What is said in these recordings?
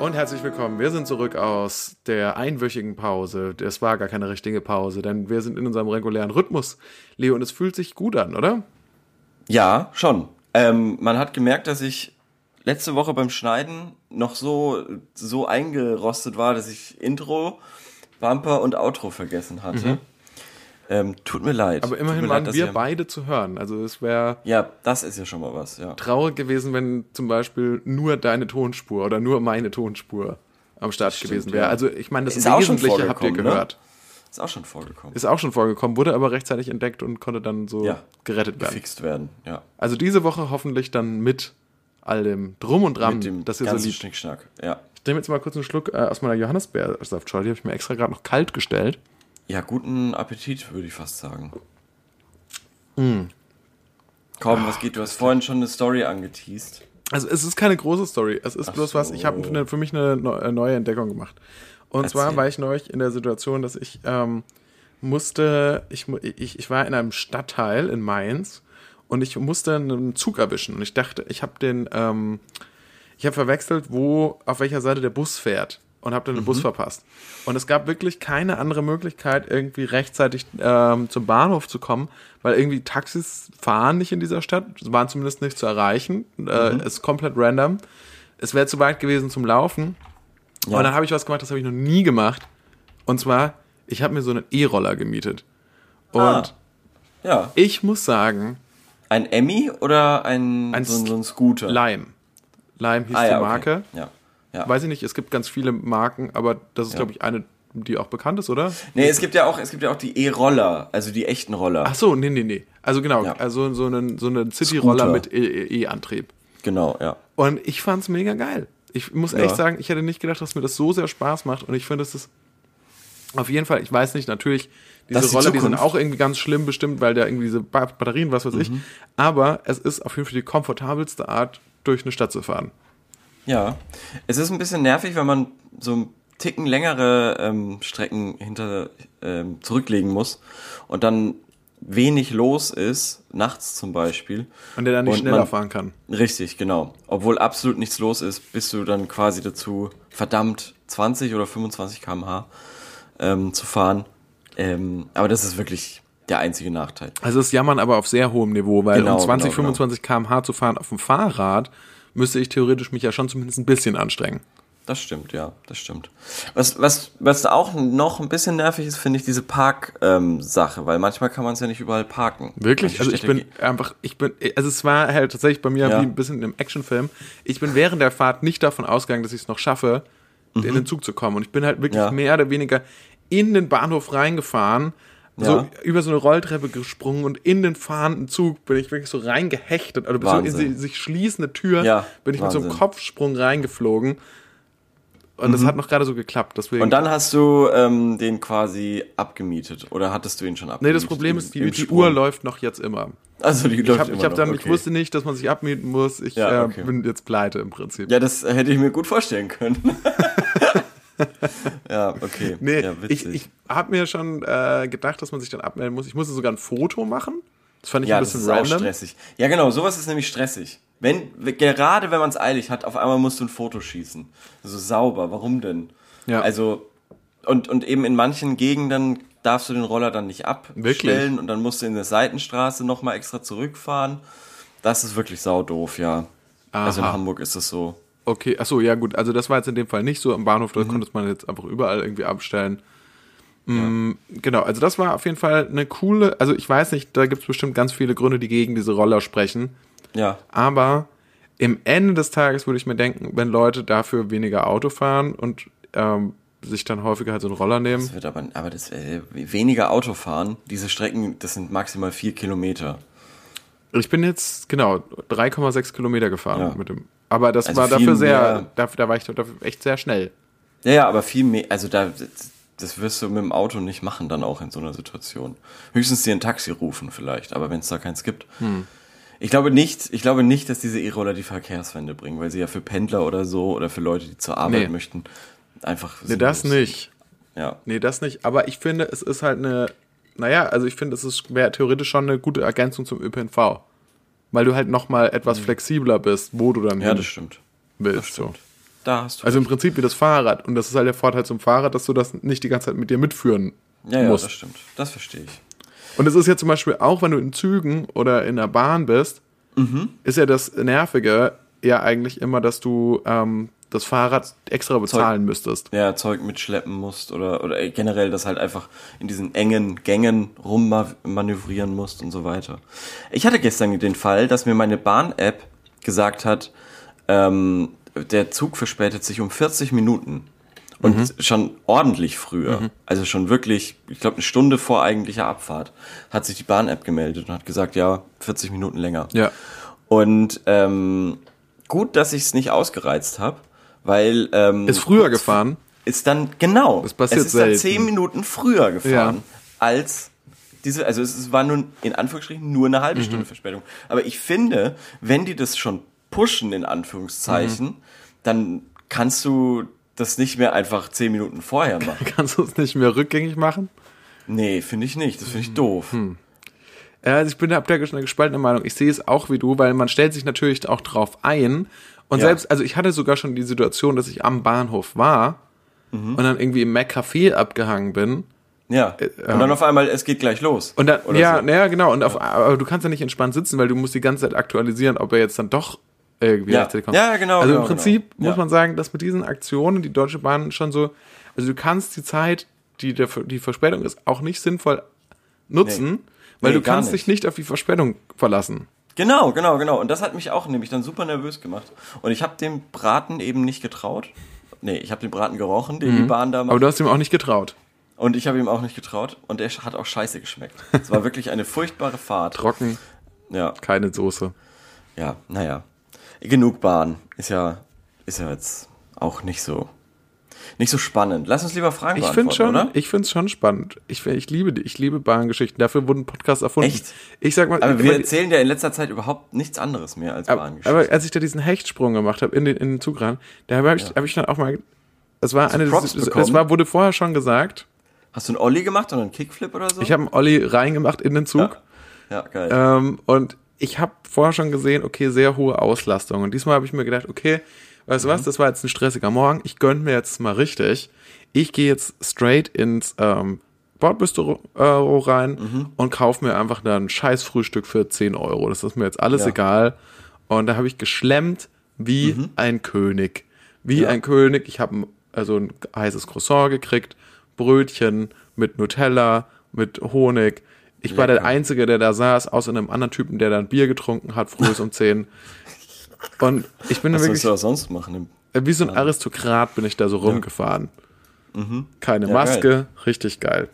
und herzlich willkommen. Wir sind zurück aus der einwöchigen Pause. Es war gar keine richtige Pause, denn wir sind in unserem regulären Rhythmus, Leo, und es fühlt sich gut an, oder? Ja, schon. Ähm, man hat gemerkt, dass ich letzte Woche beim Schneiden noch so, so eingerostet war, dass ich Intro, Bumper und Outro vergessen hatte. Mhm. Ähm, tut mir leid. Aber tut immerhin mir waren leid, dass wir ihr- beide zu hören. Also es wäre Ja, das ist ja schon mal was, ja. traurig gewesen, wenn zum Beispiel nur deine Tonspur oder nur meine Tonspur am Start gewesen wäre. ja. Also ich meine, das Ist auch schon Wesentliche habt ihr vorgekommen, ne? gehört. Ist auch schon vorgekommen. Ist auch schon vorgekommen, wurde aber rechtzeitig entdeckt und konnte dann so Ja. gerettet werden. Gefixt werden, ja. Also diese Woche hoffentlich dann mit all dem Drum und Dran, Mit dem das ihr so ganzen liebt. Schnickschnack, ja. Ich nehme jetzt mal kurz einen Schluck äh, aus meiner Johannisbeersaftschorle. Die habe ich mir extra gerade noch kalt gestellt. Ja, guten Appetit, würde ich fast sagen. Mhm. Komm, was geht? Du hast vorhin schon eine Story angeteased. Also es ist keine große Story. Es ist Ach bloß was, ich habe so. ne- für mich eine neu- äh, neue Entdeckung gemacht. Und zwar Erzähl. war ich neulich in der Situation, dass ich ähm, musste, ich, mu- ich, ich war in einem Stadtteil in Mainz und ich musste einen Zug erwischen. Und ich dachte, ich habe den, ähm, ich habe verwechselt, wo, auf welcher Seite der Bus fährt und habe dann den Mhm. Bus verpasst. Und es gab wirklich keine andere Möglichkeit, irgendwie rechtzeitig ähm, zum Bahnhof zu kommen, weil irgendwie Taxis fahren nicht in dieser Stadt, waren zumindest nicht zu erreichen. Mhm. Äh, ist komplett random. Es wäre zu weit gewesen zum Laufen. Ja. Und dann habe ich was gemacht, das habe ich noch nie gemacht. Und zwar, ich habe mir so einen E-Roller gemietet. Und Ah. Ja, ich muss sagen, ein Emmy oder ein, Ein so, ein- Sk- so ein Scooter? Lime. Lime hieß ah, ja, die okay. Marke. Ja. ja. Weiß ich nicht, es gibt ganz viele Marken, aber das ist, Ja. glaube ich, eine, die auch bekannt ist, oder? Nee, es gibt ja auch, es gibt ja auch die E-Roller, also die echten Roller. Ach so, nee, nee, nee. Also genau, Ja. also so einen, so einen City-Roller Scooter. mit E- E- E-Antrieb. Genau, ja. Und ich fand's mega geil. Ich muss Ja. echt sagen, ich hätte nicht gedacht, dass mir das so sehr Spaß macht. Und ich finde, es ist auf jeden Fall, ich weiß nicht, natürlich, Das diese ist die Roller, die sind Zukunft. Mhm. auch irgendwie ganz schlimm bestimmt, weil da irgendwie diese Ba- Batterien, was weiß ich. Aber es ist auf jeden Fall die komfortabelste Art, durch eine Stadt zu fahren. Ja. Es ist ein bisschen nervig, wenn man so einen Ticken längere ähm, Strecken hinter ähm, zurücklegen muss und dann wenig los ist, nachts zum Beispiel. Und der dann nicht Und schneller man- fahren kann. Richtig, genau. Obwohl absolut nichts los ist, bist du dann quasi dazu verdammt 20 oder 25 km/h ähm, zu fahren. Ähm, aber das ist wirklich der einzige Nachteil. Also es ist Jammern aber auf sehr hohem Niveau, weil Genau, um 20, genau, genau. 25 km/h zu fahren auf dem Fahrrad, müsste ich theoretisch mich ja schon zumindest ein bisschen anstrengen. Das stimmt, ja, das stimmt. Was, was, was auch noch ein bisschen nervig ist, finde ich diese Park-Sache, weil manchmal kann man es ja nicht überall parken. Wirklich? Manche Also ich Städte bin einfach, ich bin, also es war halt tatsächlich bei mir Ja. wie ein bisschen in einem Actionfilm. Ich bin während der Fahrt nicht davon ausgegangen, dass ich es noch schaffe, in den Zug zu kommen. Und ich bin halt wirklich Mhm. Ja. mehr oder weniger in den Bahnhof reingefahren, so Ja. über so eine Rolltreppe gesprungen und in den fahrenden Zug bin ich wirklich so reingehechtet. Also so in Wahnsinn. die sich schließende Tür Ja, bin ich mit so einem Wahnsinn. Mhm. Kopfsprung reingeflogen. Und das hat noch gerade so geklappt. Deswegen. Und dann hast du ähm, den quasi abgemietet oder hattest du ihn schon abgemietet? nee, das Problem Im- ist, im die, die Sprung. Uhr läuft noch jetzt immer. Also die Ich, läuft hab, immer ich, hab noch, dann, ich okay. wusste nicht, dass man sich abmieten muss. Ich Ja, äh, okay. bin jetzt pleite im Prinzip. Ja, das hätte ich mir gut vorstellen können. ja, okay. nee, ja, ich, ich habe mir schon äh, gedacht, dass man sich dann abmelden muss. Ich musste sogar ein Foto machen. Das fand ich ja, ein das bisschen ist auch random. stressig. Ja, genau, sowas ist nämlich stressig. Wenn, gerade wenn man es eilig hat, auf einmal musst du ein Foto schießen. So sauber, warum denn? Ja. Also, und, und eben in manchen Gegenden darfst du den Roller dann nicht abstellen Wirklich? und dann musst du in der Seitenstraße nochmal extra zurückfahren. Das ist wirklich saudoof, ja. Also in Aha. Hamburg ist es so. Okay, achso, ja gut. Also das war jetzt in dem Fall nicht so. Am Bahnhof, da Mhm. konnte man jetzt einfach überall irgendwie abstellen. Mm, Genau, also das war auf jeden Fall eine coole, also ich weiß nicht, da gibt es bestimmt ganz viele Gründe, die gegen diese Roller sprechen. Ja, Aber im Ende des Tages würde ich mir denken, wenn Leute dafür weniger Auto fahren und ähm, sich dann häufiger halt so einen Roller nehmen. Das wird aber, aber das äh, weniger Autofahren. Diese Strecken, das sind maximal vier Kilometer. Ich bin jetzt, genau, 3,6 Kilometer gefahren Ja. mit dem. Aber das Also war viel dafür sehr, mehr. da, da war ich dafür echt sehr schnell. Ja, ja, aber viel mehr, also da, das, das wirst du mit dem Auto nicht machen dann auch in so einer Situation. Höchstens dir ein Taxi rufen vielleicht, aber wenn es da keins gibt. Hm. Ich glaube nicht, ich glaube nicht, dass diese E-Roller die Verkehrswende bringen, weil sie ja für Pendler oder so oder für Leute, die zur Arbeit Nee. möchten, einfach. Nee, das nicht. Ja. Nee, das nicht. Aber ich finde, es ist halt eine, naja, also ich finde, es ist, wäre theoretisch schon eine gute Ergänzung zum ÖPNV. Mhm. Weil du halt nochmal etwas flexibler bist, wo du dann ja, hin das stimmt. willst. so. da hast du. Also im Prinzip wie das Fahrrad. Und das ist halt der Vorteil zum Fahrrad, dass du das nicht die ganze Zeit mit dir mitführen ja, ja, musst. das stimmt. Das verstehe ich. Und es ist ja zum Beispiel auch, wenn du in Zügen oder in der Bahn bist, Mhm. ist ja das Nervige ja eigentlich immer, dass du ähm, das Fahrrad extra bezahlen müsstest. Ja, Zeug mitschleppen musst oder, oder generell das halt einfach in diesen engen Gängen rummanövrieren musst und so weiter. Ich hatte gestern den Fall, dass mir meine Bahn-App gesagt hat, ähm, der Zug verspätet sich um 40 Minuten. Und Mhm. schon ordentlich früher, also schon wirklich, ich glaube, eine Stunde vor eigentlicher Abfahrt, hat sich die Bahn-App gemeldet und hat gesagt, ja, 40 Minuten länger. Ja. Und ähm, gut, dass ich es nicht ausgereizt habe, weil ähm, Ist früher gefahren. ist dann genau. Das passiert es ist dann selten. zehn Minuten früher gefahren Ja. als diese. Also es es war nun in Anführungsstrichen nur eine Mhm. halbe Stunde Verspätung. Aber ich finde, wenn die das schon pushen in Anführungszeichen, Mhm. dann kannst du das nicht mehr einfach zehn Minuten vorher machen. Kannst du es nicht mehr rückgängig machen? Nee, finde ich nicht. Das finde ich Mhm. doof. Hm. Ja, Also ich bin da abdeckend eine gespaltene Meinung. Ich sehe es auch wie du, weil man stellt sich natürlich auch drauf ein. Und Ja. selbst, also ich hatte sogar schon die Situation, dass ich am Bahnhof war Mhm. und dann irgendwie im McCafé abgehangen bin. Ja. Und dann auf einmal, es geht gleich los. Äh, Und dann, Oder ja, so. naja, genau. Und auf, aber du kannst ja nicht entspannt sitzen, weil du musst die ganze Zeit aktualisieren, ob er jetzt dann doch irgendwie Ja. rechtzeitig kommt. Ja, ja, genau, Also genau, im Prinzip genau. muss Ja. man sagen, dass mit diesen Aktionen die Deutsche Bahn schon so, also du kannst die Zeit, die der, die Verspätung ist, auch nicht sinnvoll nutzen, Nee. weil Nee, du gar kannst dich nicht auf die Verspätung verlassen. Genau, genau, genau. Und das hat mich auch nämlich dann super nervös gemacht. Und ich habe dem Braten eben nicht getraut. Nee, ich habe den Braten gerochen, den die Bahn da Aber macht. du hast ihm auch nicht getraut. Und ich habe ihm auch nicht getraut. Und er hat auch scheiße geschmeckt. Es war wirklich eine furchtbare Fahrt. Trocken, Ja, keine Soße. ja, naja. Genug Bahn. Ist ja, ist ja jetzt auch nicht so, nicht so spannend. Lass uns lieber Fragen Ich beantworten, finde schon, oder? ich find's schon spannend. Ich, ich liebe die, ich liebe Bahngeschichten. Dafür wurden Podcasts erfunden. Echt? Ich sag mal, Aber wir immer die- erzählen ja in letzter Zeit überhaupt nichts anderes mehr als aber, Bahngeschichten. aber als ich da diesen Hechtsprung gemacht habe in den, in den Zug ran, da habe ich, hab ich dann auch mal, es war eine, Props es, es bekommen? war, wurde vorher schon gesagt, Hast du einen Olli gemacht oder einen Kickflip oder so? ich habe einen Olli reingemacht in den Zug ja, geil. ähm, und ich habe vorher schon gesehen, okay, sehr hohe Auslastung und diesmal habe ich mir gedacht, okay, weißt du Mhm. was, das war jetzt ein stressiger Morgen, ich gönn mir jetzt mal richtig, ich gehe jetzt straight ins ähm, Bordbistro äh, rein Mhm. und kaufe mir einfach dann ein scheiß Frühstück für 10 Euro, das ist mir jetzt alles Ja. Mhm. egal und da habe ich geschlemmt wie ein König. Wie ein König. Ich habe also ein heißes Croissant gekriegt, Brötchen mit Nutella, mit Honig. Ich war der Einzige, der da saß, außer einem anderen Typen, der dann Bier getrunken hat, früh um 10. Und ich bin Was wirklich, sollst du auch sonst machen? wie so ein Aristokrat bin ich da so rumgefahren. Keine Mhm. Ja, Maske, richtig geil.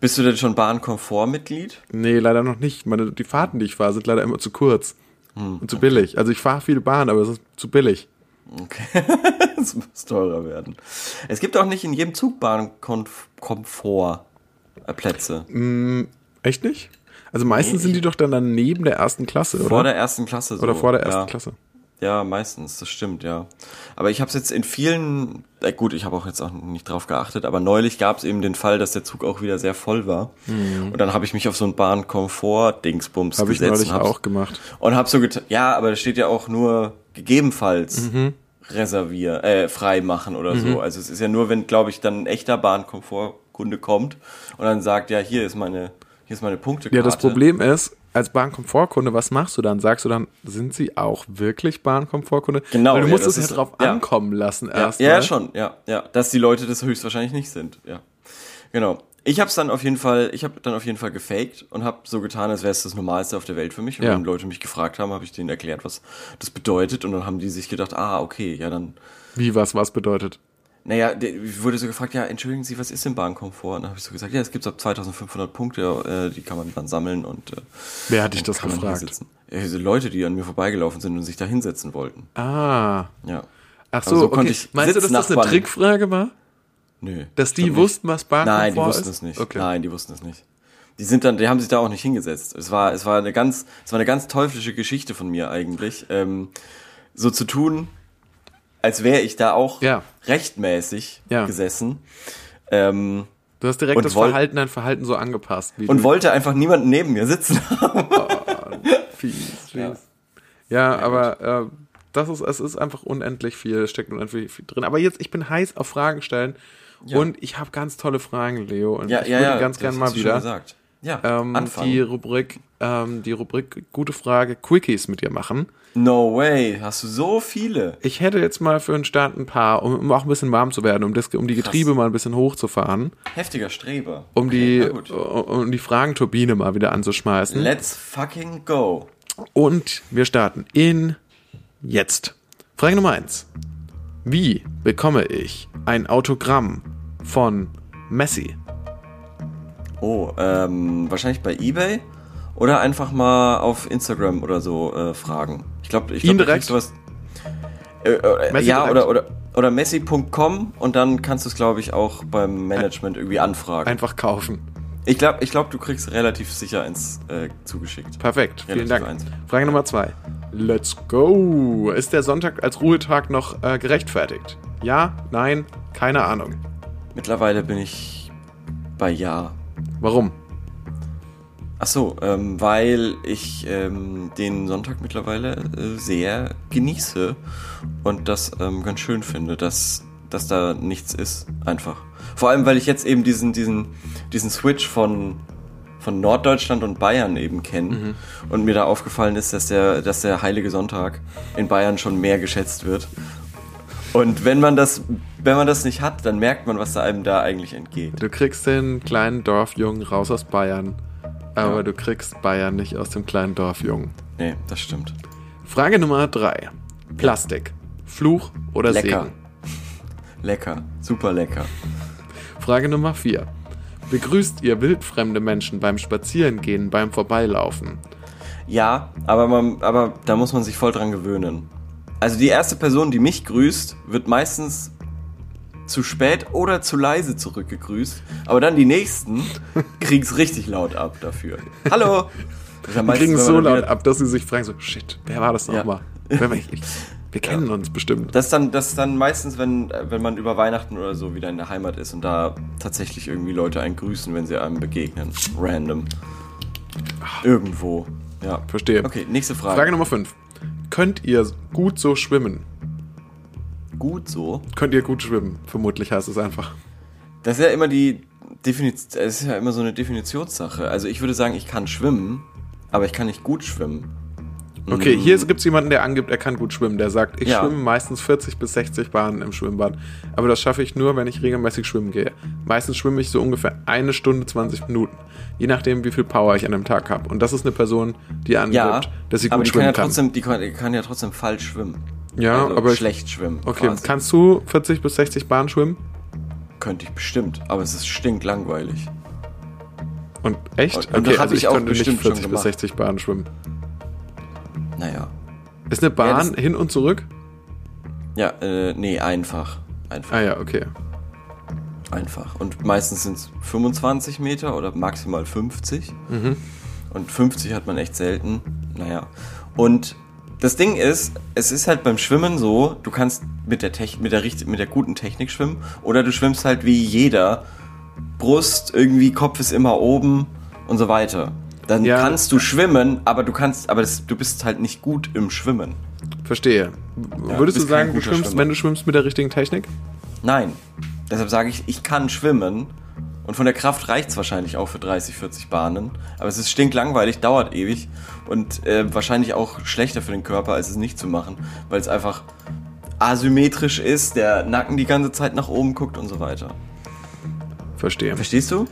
Bist du denn schon Bahnkomfortmitglied? Nee, leider noch nicht. Meine, die Fahrten, die ich fahre, sind leider immer zu kurz Hm. und zu billig. Also ich fahre viel Bahn, aber es ist zu billig. Okay. Es muss teurer werden. Es gibt auch nicht in jedem Zug äh, Bahnkomfortplätze. Echt nicht? Also meistens sind die doch dann, dann neben der ersten Klasse, oder? Vor der ersten Klasse. So. Ne? oder vor der ersten ja. Klasse. Ja, meistens, das stimmt, ja. Aber ich habe es jetzt in vielen, äh, gut, ich habe auch jetzt auch nicht drauf geachtet, aber neulich gab es eben den Fall, dass der Zug auch wieder sehr voll war. Und dann habe ich mich auf so ein Bahnkomfort-Dingsbums Habe Mhm. ich gesetzt. neulich und hab's- auch gemacht. Und hab so getan, ja, aber da steht ja auch nur gegebenenfalls Mhm. reservier, äh, frei machen oder so. Also es ist ja nur, wenn, glaube ich, dann ein echter Bahnkomfortkunde kommt und dann sagt, ja, hier ist meine, hier ist meine Punktekarte. Ja, das Problem ist, als Bahnkomfortkunde, was machst du dann? Sagst du dann, sind sie auch wirklich Bahnkomfortkunde? Genau, Weil du ja, musst das es ja ist- drauf ja. ankommen lassen Ja, erstmal. ja, schon, ja, ja. Dass die Leute das höchstwahrscheinlich nicht sind, ja. Genau. Ich hab's dann auf jeden Fall, ich habe dann auf jeden Fall gefaked und habe so getan, als wäre es das Normalste auf der Welt für mich. Und Ja. wenn Leute mich gefragt haben, habe ich denen erklärt, was das bedeutet. Und dann haben die sich gedacht, ah, okay, ja, dann Wie was was bedeutet. Naja, der- ich wurde so gefragt, ja, entschuldigen Sie, was ist denn Bahnkomfort? Und dann habe ich so gesagt, ja, es gibt ab 2500 Punkte, äh, die kann man dann sammeln und äh, Wer hat dich das kann man gefragt? hinsetzen. Äh, so Leute, die an mir vorbeigelaufen sind und sich da hinsetzen wollten. Ah. Ach Ja. Aber Also so so, konnte okay. ich Meinst du, dass das eine Sitznachbarn- Trickfrage war? Nö. Dass ich glaub die nicht. wussten, was Bahnkomfort ist? Nein, die wussten es nicht. Okay. Nein, die wussten es nicht. Die sind dann, die haben sich da auch nicht hingesetzt. Es war, es war eine ganz, es war eine ganz teuflische Geschichte von mir eigentlich, ähm, so zu tun, als wäre ich da auch Ja. rechtmäßig Ja. gesessen. Ähm, Du hast direkt Und das woll- Verhalten, dein Verhalten so angepasst. Wie und du- wollte einfach niemanden neben mir sitzen Fies, fies. Ja, aber äh, das ist, es ist einfach unendlich viel, steckt unendlich viel drin. Aber jetzt, ich bin heiß auf Fragen stellen Ja. und ich habe ganz tolle Fragen, Leo. Und Ja, ich ja, würde ja. ganz das gern hast mal du schon wieder Gesagt. Ja, ähm, anfangen. die Rubrik, ähm, die Rubrik Gute Frage Quickies mit dir machen. No way, hast du so viele. Ich hätte jetzt mal für den Start ein paar, um, um auch ein bisschen warm zu werden, um, das, um die Getriebe mal ein bisschen hochzufahren, Heftiger Streber. um Okay, na die gut. um die Fragenturbine mal wieder anzuschmeißen. Let's fucking go. Und wir starten in jetzt. Frage Nummer eins: Wie bekomme ich ein Autogramm von Messi? Oh, ähm, wahrscheinlich bei eBay oder einfach mal auf Instagram oder so äh, fragen. Ich glaube, ich Ihn glaube, direkt? was. Äh, äh, Messi ja, direkt? oder, oder, oder messi.com und dann kannst du es, glaube ich, auch beim Management irgendwie anfragen. Einfach kaufen. Ich glaube, ich glaub, du kriegst relativ sicher eins äh, zugeschickt. Perfekt, vielen Relativ Dank. einfach. Frage Nummer zwei: Let's go. Ist der Sonntag als Ruhetag noch äh, gerechtfertigt? Ja, nein, keine Ahnung. Mittlerweile bin ich bei Ja. Warum? Ach so, ähm, weil ich ähm, den Sonntag mittlerweile äh, sehr genieße und das ähm, ganz schön finde, dass, dass da nichts ist, einfach. Vor allem, weil ich jetzt eben diesen, diesen, diesen Switch von, von Norddeutschland und Bayern eben kenne und mir da aufgefallen ist, dass der, dass der Heilige Sonntag in Bayern schon mehr geschätzt wird. Und wenn man das, wenn man das nicht hat, dann merkt man, was da einem da eigentlich entgeht. Du kriegst den kleinen Dorfjungen raus aus Bayern, aber du kriegst Bayern nicht aus dem kleinen Dorfjungen. Nee, das stimmt. Frage Nummer 3. Plastik. Fluch oder Lecker. Segen? Lecker. Super lecker. Frage Nummer 4. Begrüßt ihr wildfremde Menschen beim Spazierengehen, beim Vorbeilaufen? Ja, aber, man, aber da muss man sich voll dran gewöhnen. Also die erste Person, die mich grüßt, wird meistens zu spät oder zu leise zurückgegrüßt. Aber dann die nächsten kriegen's richtig laut ab dafür. Hallo! Das ist ja Die meistens, kriegen es wenn so man dann laut wieder- ab, dass sie sich fragen, so, shit, wer war das Ja. nochmal? Wer war ich? Wir kennen uns bestimmt. Das ist dann, das ist dann meistens, wenn, äh, wenn man über Weihnachten oder so wieder in der Heimat ist und da tatsächlich irgendwie Leute einen grüßen, wenn sie einem begegnen. Random. Irgendwo. Ja. Verstehe. Okay, nächste Frage. Frage Nummer 5. Könnt ihr gut so schwimmen? Gut so. Könnt ihr gut schwimmen? Vermutlich heißt es einfach. Das ist ja immer die Definition, es ist ja immer so eine Definitionssache. Also ich würde sagen, ich kann schwimmen, aber ich kann nicht gut schwimmen. Okay, hier gibt es jemanden, der angibt, er kann gut schwimmen. Der sagt, ich Mm. Ja. schwimme meistens 40 bis 60 Bahnen im Schwimmbad. Aber das schaffe ich nur, wenn ich regelmäßig schwimmen gehe. Meistens schwimme ich so ungefähr eine Stunde 20 Minuten. Je nachdem, wie viel Power ich an dem Tag habe. Und das ist eine Person, die angibt, Ja, dass sie aber gut die kann schwimmen ja kann. trotzdem, die kann, die kann ja trotzdem falsch schwimmen. Ja, also aber ich- schlecht schwimmen. okay, quasi. kannst du 40 bis 60 Bahnen schwimmen? könnte ich bestimmt, aber es ist stinklangweilig. Und echt? also Und- und das hab ich auch bestimmt schon 40 bis gemacht. 60 Bahnen schwimmen. Naja, Ist eine Ja, Bahn das- hin und zurück? ja, äh, nee, einfach, einfach, Ah ja, okay. einfach. Und meistens sind es 25 Meter oder maximal 50. Und 50 hat man echt selten. Naja. Und das Ding ist, es ist halt beim Schwimmen so, du kannst mit der, Techn mit der, richt- mit der guten Technik schwimmen oder du schwimmst halt wie jeder. Brust, irgendwie Kopf ist immer oben und so weiter. Dann Ja. kannst du schwimmen, aber du kannst, aber das, du bist halt nicht gut im Schwimmen. Verstehe. bist Würdest du kein sagen, du guter schwimmst, Schwimmer. wenn du schwimmst mit der richtigen Technik? Nein. Deshalb sage ich, ich kann schwimmen. Und von der Kraft reicht's wahrscheinlich auch für 30, 40 Bahnen. Aber es ist stinklangweilig, dauert ewig und äh, wahrscheinlich auch schlechter für den Körper, als es nicht zu machen, weil es einfach asymmetrisch ist, der Nacken die ganze Zeit nach oben guckt und so weiter. Verstehe. Verstehst du?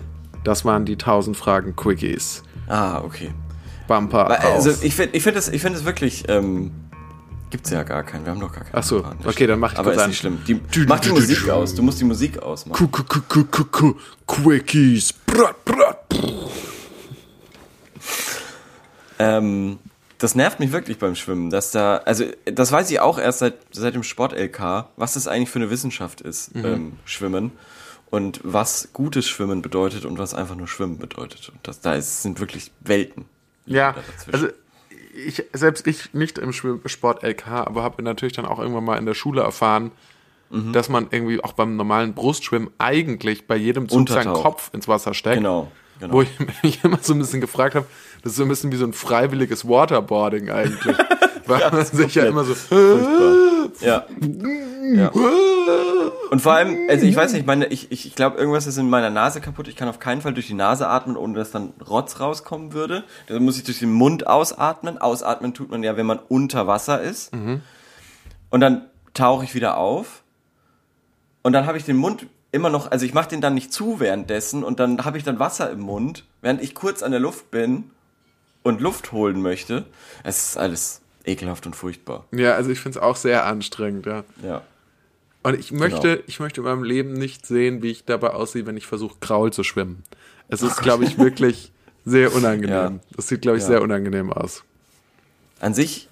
Das waren die 1000 Fragen Quickies. Ah, okay. Bumper Weil, Also auf. ich finde ich find das, ich find das wirklich. Ähm, gibt's ja gar keinen. Wir haben doch gar keinen. Ach so, Plan. okay, dann mach ich Aber kurz ist an. nicht schlimm. Die, mach die Musik aus. Du musst die Musik ausmachen. Ku- ku- ku- ku- ku- ku- Quickies. Brat, brat, brat. Ähm, das nervt mich wirklich beim Schwimmen, dass da, also das weiß ich auch erst seit, seit dem Sport-LK, was das eigentlich für eine Wissenschaft ist, ähm, Schwimmen. Und was gutes Schwimmen bedeutet und was einfach nur Schwimmen bedeutet. Und das, da ist, sind wirklich Welten. Ja, dazwischen. also ich, selbst ich nicht im Schwimm- Sport LK, aber habe natürlich dann auch irgendwann mal in der Schule erfahren, Mhm. dass man irgendwie auch beim normalen Brustschwimmen eigentlich bei jedem Zug seinen Untertaucht. Kopf ins Wasser steckt. Genau, genau. Äh, Wo ich mich immer so ein bisschen gefragt habe, das ist so ein bisschen wie so ein freiwilliges Waterboarding eigentlich. Weil man sich ja komplett immer so. Ja. ja. Und vor allem, also ich weiß nicht, meine, ich, ich, ich glaube, irgendwas ist in meiner Nase kaputt. Ich kann auf keinen Fall durch die Nase atmen, ohne dass dann Rotz rauskommen würde. Dann muss ich durch den Mund ausatmen. Ausatmen tut man ja, wenn man unter Wasser ist. Und dann tauche ich wieder auf. Und dann habe ich den Mund immer noch, also ich mache den dann nicht zu währenddessen und dann habe ich dann Wasser im Mund, während ich kurz an der Luft bin und Luft holen möchte. Es ist alles ekelhaft und furchtbar. Ja, also ich finde es auch sehr anstrengend, ja. Ja. Und Genau. ich möchte, ich möchte in meinem Leben nicht sehen, wie ich dabei aussehe, wenn ich versuche, Kraul zu schwimmen. Es ist, glaube ich, wirklich sehr unangenehm. Ja. Das sieht, glaube ich, Ja. sehr unangenehm aus. An sich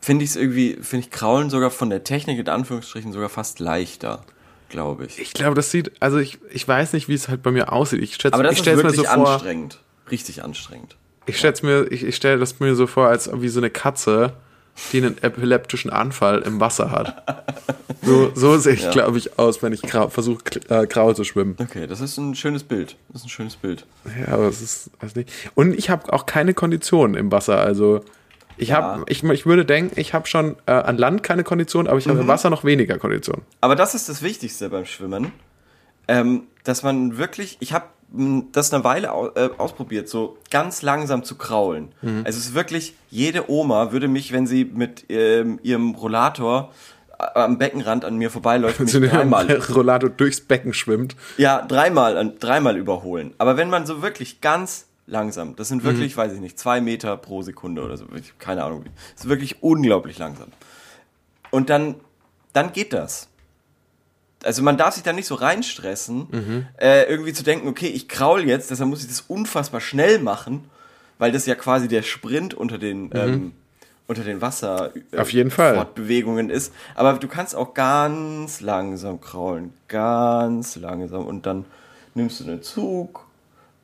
finde ich es irgendwie, finde ich Kraulen sogar von der Technik in Anführungsstrichen sogar fast leichter, glaube ich. Ich glaube, das sieht, also ich, ich weiß nicht, wie es halt bei mir aussieht. Ich schätze, Aber das ich ist stell's mir wirklich so vor, anstrengend. Richtig anstrengend. ich schätze mir, ich, ich stelle das mir so vor, als wie so eine Katze, die einen epileptischen Anfall im Wasser hat. So, so sehe ich, glaube ich, aus, wenn ich grau, versuche, äh, Kraul zu schwimmen. Okay, das ist ein schönes Bild. Das ist ein schönes Bild. Ja, aber es ist weiß nicht. Und ich habe auch keine Kondition im Wasser. Also ich habe, ich, ich würde denken, ich habe schon äh, an Land keine Kondition, aber ich habe im Wasser noch weniger Kondition. Aber das ist das Wichtigste beim Schwimmen, ähm, dass man wirklich, ich habe das eine Weile au, äh, ausprobiert, so ganz langsam zu kraulen. Mhm. Also es ist wirklich, jede Oma würde mich, wenn sie mit ähm, ihrem Rollator äh, am Beckenrand an mir vorbeiläuft, mich Zu dem dreimal Rollator durchs Becken schwimmt. Ja, dreimal, an- dreimal überholen. Aber wenn man so wirklich ganz langsam, das sind wirklich, weiß ich nicht, zwei Meter pro Sekunde oder so, ich, keine Ahnung wie. Das ist wirklich unglaublich langsam. Und dann, dann geht das. Also man darf sich da nicht so reinstressen, äh, irgendwie zu denken, okay, ich kraul jetzt, deshalb muss ich das unfassbar schnell machen, weil das ja quasi der Sprint unter den, ähm, unter den Wasser äh, Mhm. Auf jeden Fall. Fortbewegungen ist. Aber du kannst auch ganz langsam kraulen, ganz langsam und dann nimmst du einen Zug,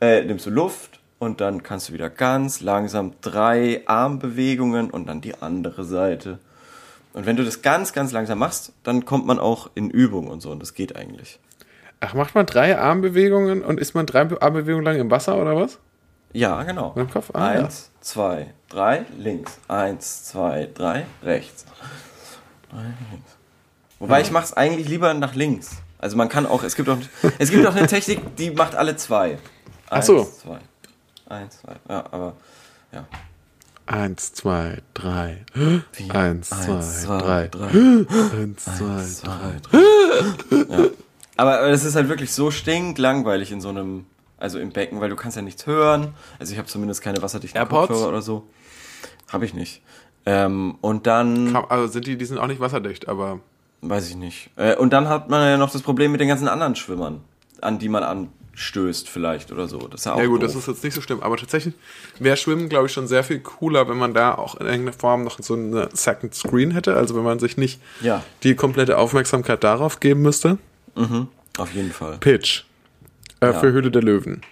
äh, nimmst du Luft und dann kannst du wieder ganz langsam drei Armbewegungen und dann die andere Seite. Und wenn du das ganz, ganz langsam machst, dann kommt man auch in Übung und so und das geht eigentlich. Ach, macht man drei Armbewegungen und ist man drei Armbewegungen lang im Wasser oder was? Ja, genau. Mit dem Kopf? Ah, ja. Eins, zwei, drei, links. Eins, zwei, drei, rechts. Drei, links. Wobei ich mache es eigentlich lieber nach links. Also man kann auch, es gibt auch, es gibt auch eine Technik, die macht alle zwei. Eins, so. zwei. Eins, zwei. Ja, aber ja. Eins, zwei, drei. Vier, Eins, eins, zwei, zwei, drei. Eins, zwei, drei. Ja. Aber aber es ist halt wirklich so stinklangweilig in so einem, also im Becken, weil du kannst ja nichts hören. Also ich habe zumindest keine wasserdichten AirPods? Kopfhörer oder so. Habe ich nicht. Ähm, und dann, Kam- Also sind die, die sind auch nicht wasserdicht, aber weiß ich nicht. Äh, und dann hat man ja noch das Problem mit den ganzen anderen Schwimmern, an die man anstößt vielleicht oder so. Das ist ja auch Ja gut, doof. das ist jetzt nicht so schlimm, aber tatsächlich wäre Schwimmen, glaube ich, schon sehr viel cooler, wenn man da auch in irgendeiner Form noch so eine Second Screen hätte, also wenn man sich nicht Ja. die komplette Aufmerksamkeit darauf geben müsste. Auf jeden Fall. Pitch äh, für Höhle der Löwen.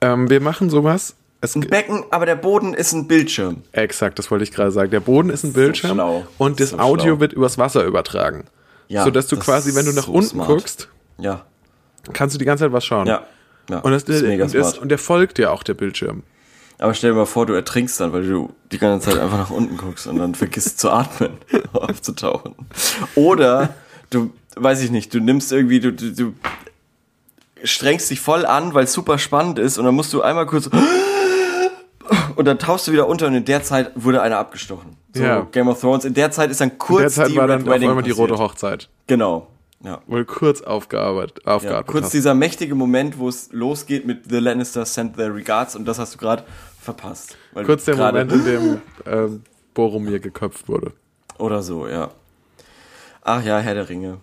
Ähm, wir machen sowas. Es, Ein Becken, aber der Boden ist ein Bildschirm. exakt, das wollte ich gerade sagen. Der Boden ist ein Bildschirm schlau. und das So Audio schlau. wird übers Wasser übertragen. Ja, sodass du das quasi, ist wenn du nach so unten smart. guckst, Ja, kannst du die ganze Zeit was schauen. ja. ja. Und, das, ist mega und, das, smart. und der folgt dir auch, der Bildschirm. Aber stell dir mal vor, du ertrinkst dann, weil du die ganze Zeit einfach nach unten guckst und dann vergisst zu atmen, um aufzutauchen. Oder du, weiß ich nicht, du nimmst irgendwie, du, du, du strengst dich voll an, weil es super spannend ist und dann musst du einmal kurz und dann tauchst du wieder unter und in der Zeit wurde einer abgestochen. So Ja. Game of Thrones. In der Zeit ist dann kurz Derzeit die war Red dann auf Wedding einmal die rote Oh passiert. Hochzeit. Genau. Ja. Wohl kurz aufgearbeitet. Ja, aufgearbeitet kurz hast. dieser mächtige Moment, wo es losgeht mit The Lannister send their regards und das hast du gerade verpasst. Weil kurz du der gerade- Moment, in dem ähm, Boromir geköpft wurde. Oder so, ja. Ach ja, Herr der Ringe.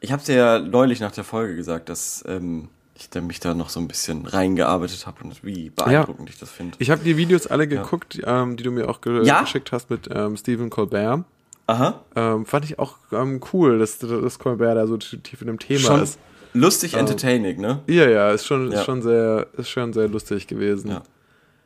Ich habe dir ja neulich nach der Folge gesagt, dass ähm, ich da mich da noch so ein bisschen reingearbeitet habe und wie beeindruckend ich das finde. Ich habe die Videos alle geguckt, ähm, die du mir auch ge Ja? geschickt hast mit ähm, Stephen Colbert. Aha, Ähm, fand ich auch ähm, cool, dass, dass Colbert da so t- tief in dem Thema schon ist. lustig entertaining, ne? Ja, ja, ist schon, Ja. Ist schon sehr, ist schon sehr lustig gewesen. Ja.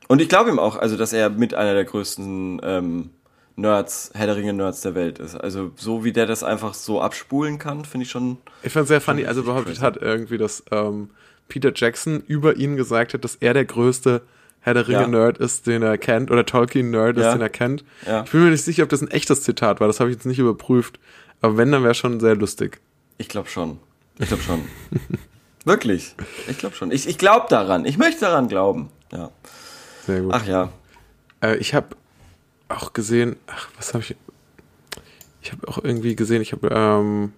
Und ich glaube ihm auch, also dass er mit einer der größten ähm, Nerds, Herr der Ringe Nerds der Welt ist. Also so wie der das einfach so abspulen kann, finde ich schon. Ich fand sehr funny, also behauptet hat irgendwie, dass ähm, Peter Jackson über ihn gesagt hat, dass er der größte Herr der Ja. Ringe-Nerd ist, den er kennt, oder Tolkien-Nerd ist, Ja. den er kennt. Ja. Ich bin mir nicht sicher, ob das ein echtes Zitat war, das habe ich jetzt nicht überprüft. Aber wenn, dann wäre schon sehr lustig. Ich glaube schon. Ich glaube schon. Wirklich. Ich glaube schon. Ich, ich glaube daran. Ich möchte daran glauben. Ja. Sehr gut. Ach ja. Äh, ich habe auch gesehen, ach, was habe ich? Ich habe auch irgendwie gesehen, ich habe ähm,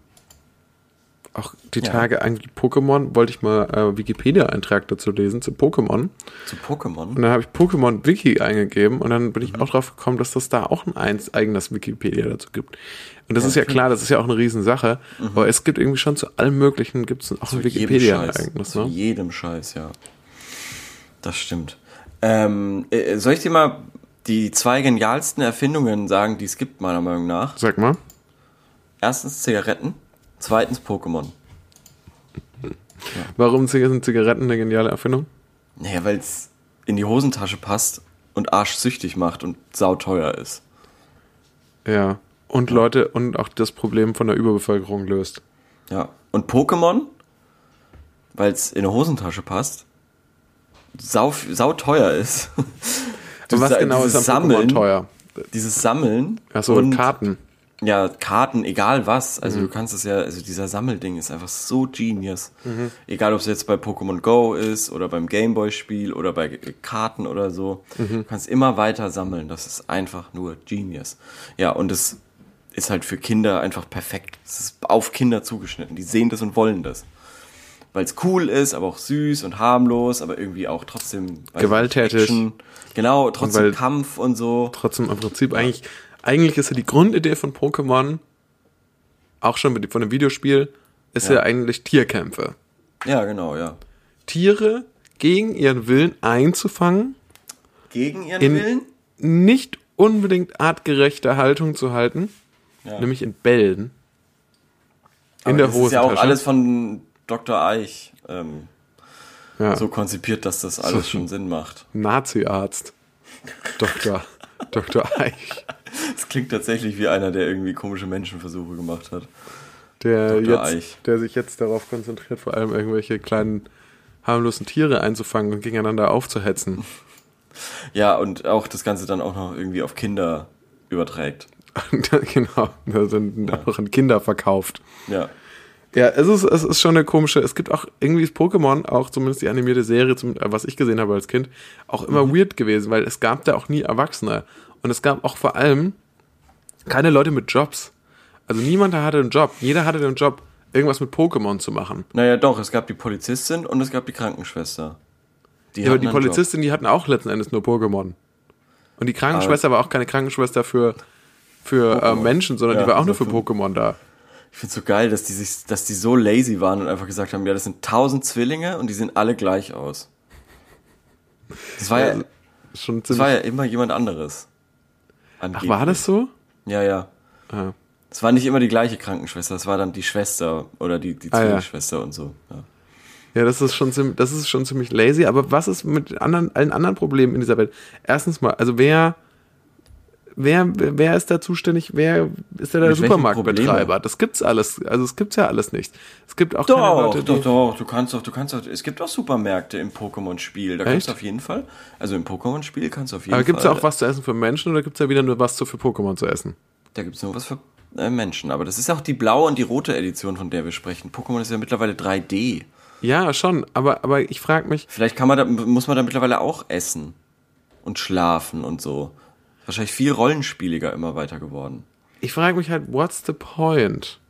auch die Ja. Tage irgendwie Pokémon, wollte ich mal äh, Wikipedia-Eintrag dazu lesen, zu Pokémon. Zu Und Pokémon. dann habe ich Pokémon Wiki eingegeben und dann bin ich auch drauf gekommen, dass das da auch ein eins eigenes Wikipedia dazu gibt. Und das ist ja Mhm. klar, das ist ja auch eine Riesensache. Aber es gibt irgendwie schon zu allem Möglichen gibt es auch ein Wikipedia-Eigenes. Zu Ne? jedem Scheiß, ja. Das stimmt. Ähm, äh, soll ich dir mal die zwei genialsten Erfindungen sagen, die es gibt, meiner Meinung nach? Sag mal. Erstens Zigaretten. Zweitens Pokémon. Warum sind Zigaretten eine geniale Erfindung? Naja, weil es in die Hosentasche passt und arschsüchtig macht und sauteuer ist. Ja. Und Leute und auch das Problem von der Überbevölkerung löst. Ja. Und Pokémon, weil es in eine Hosentasche passt, sau, sau teuer ist. Und was sa- genau dieses ist am Pokémon teuer? Dieses Sammeln. Achso, und Karten. Ja, Karten, egal was. Also Mhm. du kannst es ja, also dieser Sammelding ist einfach so genius. Mhm. Egal, ob es jetzt bei Pokémon Go ist oder beim Gameboy-Spiel oder bei äh, Karten oder so. Mhm. Du kannst immer weiter sammeln. Das ist einfach nur genius. Ja, und es ist halt für Kinder einfach perfekt. Es ist auf Kinder zugeschnitten. Die sehen das und wollen das. Weil es cool ist, aber auch süß und harmlos, aber irgendwie auch trotzdem weiß ich Gewalttätig. nicht, Action. Genau, trotzdem weil- Kampf und so. Trotzdem im Prinzip eigentlich, eigentlich ist ja die Grundidee von Pokémon, auch schon mit, von dem Videospiel, ist ja, Ja. eigentlich Tierkämpfe. Ja, genau, ja. Tiere gegen ihren Willen einzufangen, Gegen ihren in Willen? nicht unbedingt artgerechter Haltung zu halten, Ja. nämlich in Bällen. In Aber der das ist ja Hosentasche. auch alles von Dr. Eich ähm, Ja. so konzipiert, dass das alles schon Sinn macht. Nazi-Arzt. Dr. Dr. Eich. Das klingt tatsächlich wie einer, der irgendwie komische Menschenversuche gemacht hat. der, Dr. jetzt, Eich. der sich jetzt darauf konzentriert, vor allem irgendwelche kleinen harmlosen Tiere einzufangen und gegeneinander aufzuhetzen. Ja, und auch das Ganze dann auch noch irgendwie auf Kinder überträgt. Und dann, genau, da sind auch an Kinder verkauft. Ja. Ja, es ist, es ist schon eine komische, es gibt auch irgendwie ist Pokémon, auch zumindest die animierte Serie, zum, äh, was ich gesehen habe als Kind, auch immer Mhm. weird gewesen, weil es gab da auch nie Erwachsene. Und es gab auch vor allem keine Leute mit Jobs. Also niemand hatte einen Job. Jeder hatte den Job, irgendwas mit Pokémon zu machen. Naja, doch, es gab die Polizistin und es gab die Krankenschwester. Ja, aber hatten die einen Job. Polizistin, die hatten auch letzten Endes nur Pokémon. Und die Krankenschwester war auch keine Krankenschwester für, für äh, Menschen, sondern Ja, die war auch nur für also Pokémon da. Ich find's so geil, dass die sich, dass die so lazy waren und einfach gesagt haben, ja, das sind tausend Zwillinge und die sehen alle gleich aus. Das war also ja, Schon das war ziemlich. ja immer jemand anderes. Ach, war das so? Ja, ja. Ah. Es war nicht immer die gleiche Krankenschwester, es war dann die Schwester oder die, die Ah, ja. Zwillingsschwester und so. Ja. Ja, das ist, schon ziemlich, das ist schon ziemlich lazy. Aber was ist mit anderen, allen anderen Problemen in dieser Welt? Erstens mal, also wer, wer, wer ist da zuständig? Wer ist da der Mit welchen Supermarktbetreiber? Problemen? Das gibt's alles. Also es gibt's ja alles nicht. Es gibt auch keine Doch, Leute, die, doch, doch, du kannst doch, du kannst doch, es gibt auch Supermärkte im Pokémon-Spiel, da kannst du Echt? auf jeden Fall, also im Pokémon-Spiel kannst du auf jeden Aber gibt's Fall. da auch was zu essen für Menschen oder gibt's da wieder nur was zu, für Pokémon zu essen? Da gibt's nur was für äh, Menschen, aber das ist auch die blaue und die rote Edition, von der wir sprechen. Pokémon ist ja mittlerweile 3D. Ja, schon, aber, aber ich frage mich, Vielleicht kann man da, muss man da mittlerweile auch essen und schlafen und so. Wahrscheinlich viel rollenspieliger immer weiter geworden. ich frage mich halt, what's the point?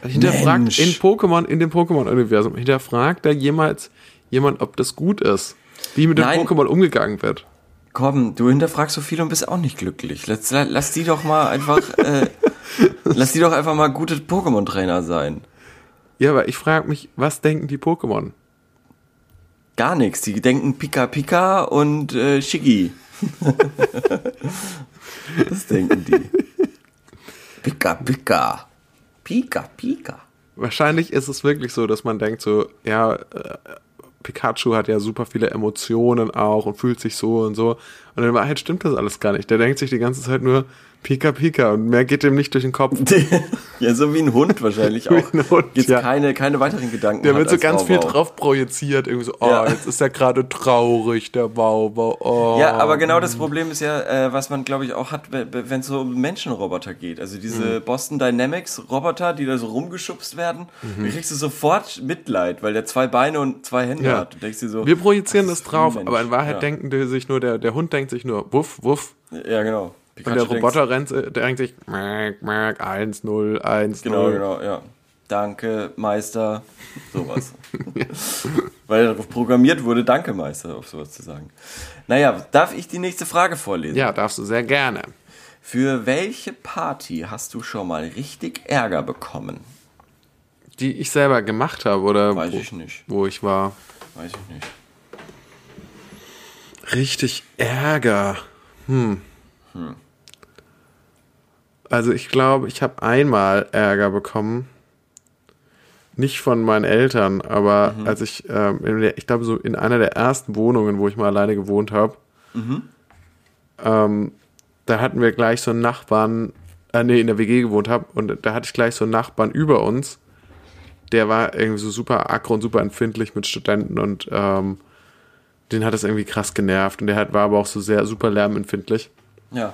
Hinterfragt Mensch. in Pokémon, in dem Pokémon-Universum, hinterfragt da jemals jemand, ob das gut ist? Wie mit dem Nein. Pokémon umgegangen wird? Komm, du hinterfragst so viel und bist auch nicht glücklich. Lass, la- lass die doch mal einfach, äh, lass die doch einfach mal gute Pokémon-Trainer sein. Ja, aber ich frage mich, was denken die Pokémon? Gar nichts. Die denken Pika Pika und äh, Shiggy. das denken die. Pika Pika. Pika Pika. Wahrscheinlich ist es wirklich so, dass man denkt so, ja, äh, Pikachu hat ja super viele Emotionen auch und fühlt sich so und so. Und in Wahrheit stimmt das alles gar nicht. Der denkt sich die ganze Zeit nur, Pika Pika und mehr geht dem nicht durch den Kopf. ja, so wie ein Hund wahrscheinlich Wie auch. ein Hund, Jetzt ja. keine, keine weiteren Gedanken. Der hat wird so als ganz viel Bauwau. drauf projiziert. Irgendwie so, oh, Ja. jetzt ist er gerade traurig, der Bauer. Oh. Ja, aber genau das Problem ist ja, äh, was man glaube ich auch hat, wenn es so um Menschenroboter geht. Also diese Mhm. Boston Dynamics Roboter, die da so rumgeschubst werden, Mhm. da kriegst du sofort Mitleid, weil der zwei Beine und zwei Hände Ja. hat. Du denkst dir so, Wir projizieren das, ist ein drauf, Mensch. aber in Wahrheit Ja. denken die sich nur, der, der Hund denkt sich nur, wuff, wuff. ja genau. Und Pikachu der denkt- Roboter rennt, äh, der denkt sich, merk, merk, 1, 0, 1, 0. Genau, genau, ja. Danke, Meister, sowas. Weil darauf programmiert wurde, danke, Meister, auf sowas zu sagen. Naja, darf ich die nächste Frage vorlesen? Ja, darfst du sehr gerne. Für welche Party hast du schon mal richtig Ärger bekommen? Die ich selber gemacht habe oder Weiß wo, ich nicht. wo ich war. Weiß ich nicht. Richtig Ärger. Hm. Also ich glaube, ich habe einmal Ärger bekommen. Nicht von meinen Eltern, aber als ich, ähm, in der, ich glaube, so in einer der ersten Wohnungen, wo ich mal alleine gewohnt habe, ähm, da hatten wir gleich so einen Nachbarn, äh, nee, in der WG gewohnt habe, und da hatte ich gleich so einen Nachbarn über uns, der war irgendwie so super aggro und super empfindlich mit Studenten und ähm, den hat das irgendwie krass genervt und der hat, war aber auch so sehr super lärmempfindlich. Ja.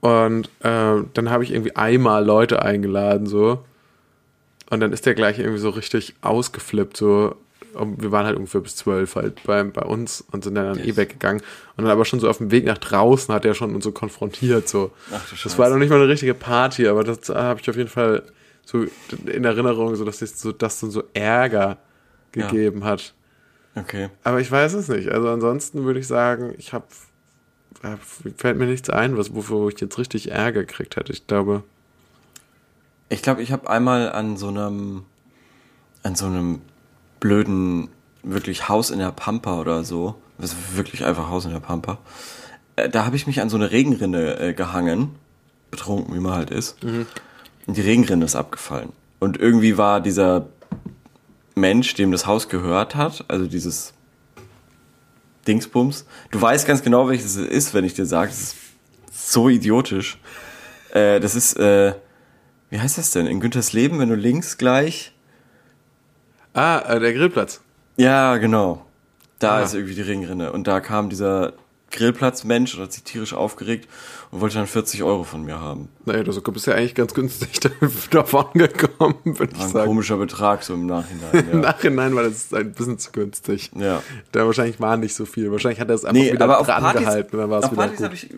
Und ähm, dann habe ich irgendwie einmal Leute eingeladen, so. Und dann ist der gleich irgendwie so richtig ausgeflippt, so. Und wir waren halt ungefähr bis zwölf halt bei, bei uns und sind dann, dann eh Yes. weggegangen. Und dann aber schon so auf dem Weg nach draußen hat er schon uns so konfrontiert, so. Ach du das Scheiße. war noch nicht mal eine richtige Party, aber das habe ich auf jeden Fall so in Erinnerung, so dass das so, dass dann so Ärger Ja. gegeben hat. Okay. Aber ich weiß es nicht. Also ansonsten würde ich sagen, ich habe fällt mir nichts ein, was wofür ich jetzt richtig Ärger gekriegt hätte. Ich glaube, Ich glaube, ich habe einmal an so einem, an so einem blöden, wirklich Haus in der Pampa oder so, das ist wirklich einfach Haus in der Pampa, äh, da habe ich mich an so eine Regenrinne äh, gehangen, betrunken, wie man halt ist, und die Regenrinne ist abgefallen. Und irgendwie war dieser Mensch, dem das Haus gehört hat, also dieses Dingsbums, du weißt ganz genau, welches es ist, wenn ich dir sage, es ist so idiotisch. Äh, das ist, äh, wie heißt das denn? In Günthers Leben, wenn du links gleich. ah, äh, der Grillplatz. Ja, genau. Da Ah. ist irgendwie die Ringrinne. Und da kam dieser Grillplatzmensch und hat sich tierisch aufgeregt und wollte dann 40 Euro von mir haben. Naja, du bist ja eigentlich ganz günstig davon gekommen, würde ich War ein sagen. komischer Betrag so im Nachhinein. Im Ja. Nachhinein war das ein bisschen zu günstig. ja. Da wahrscheinlich war nicht so viel. Wahrscheinlich hat er es einfach Nee, wieder aber auf dran Partys, gehalten und dann war es auf wieder Partys gut. habe ich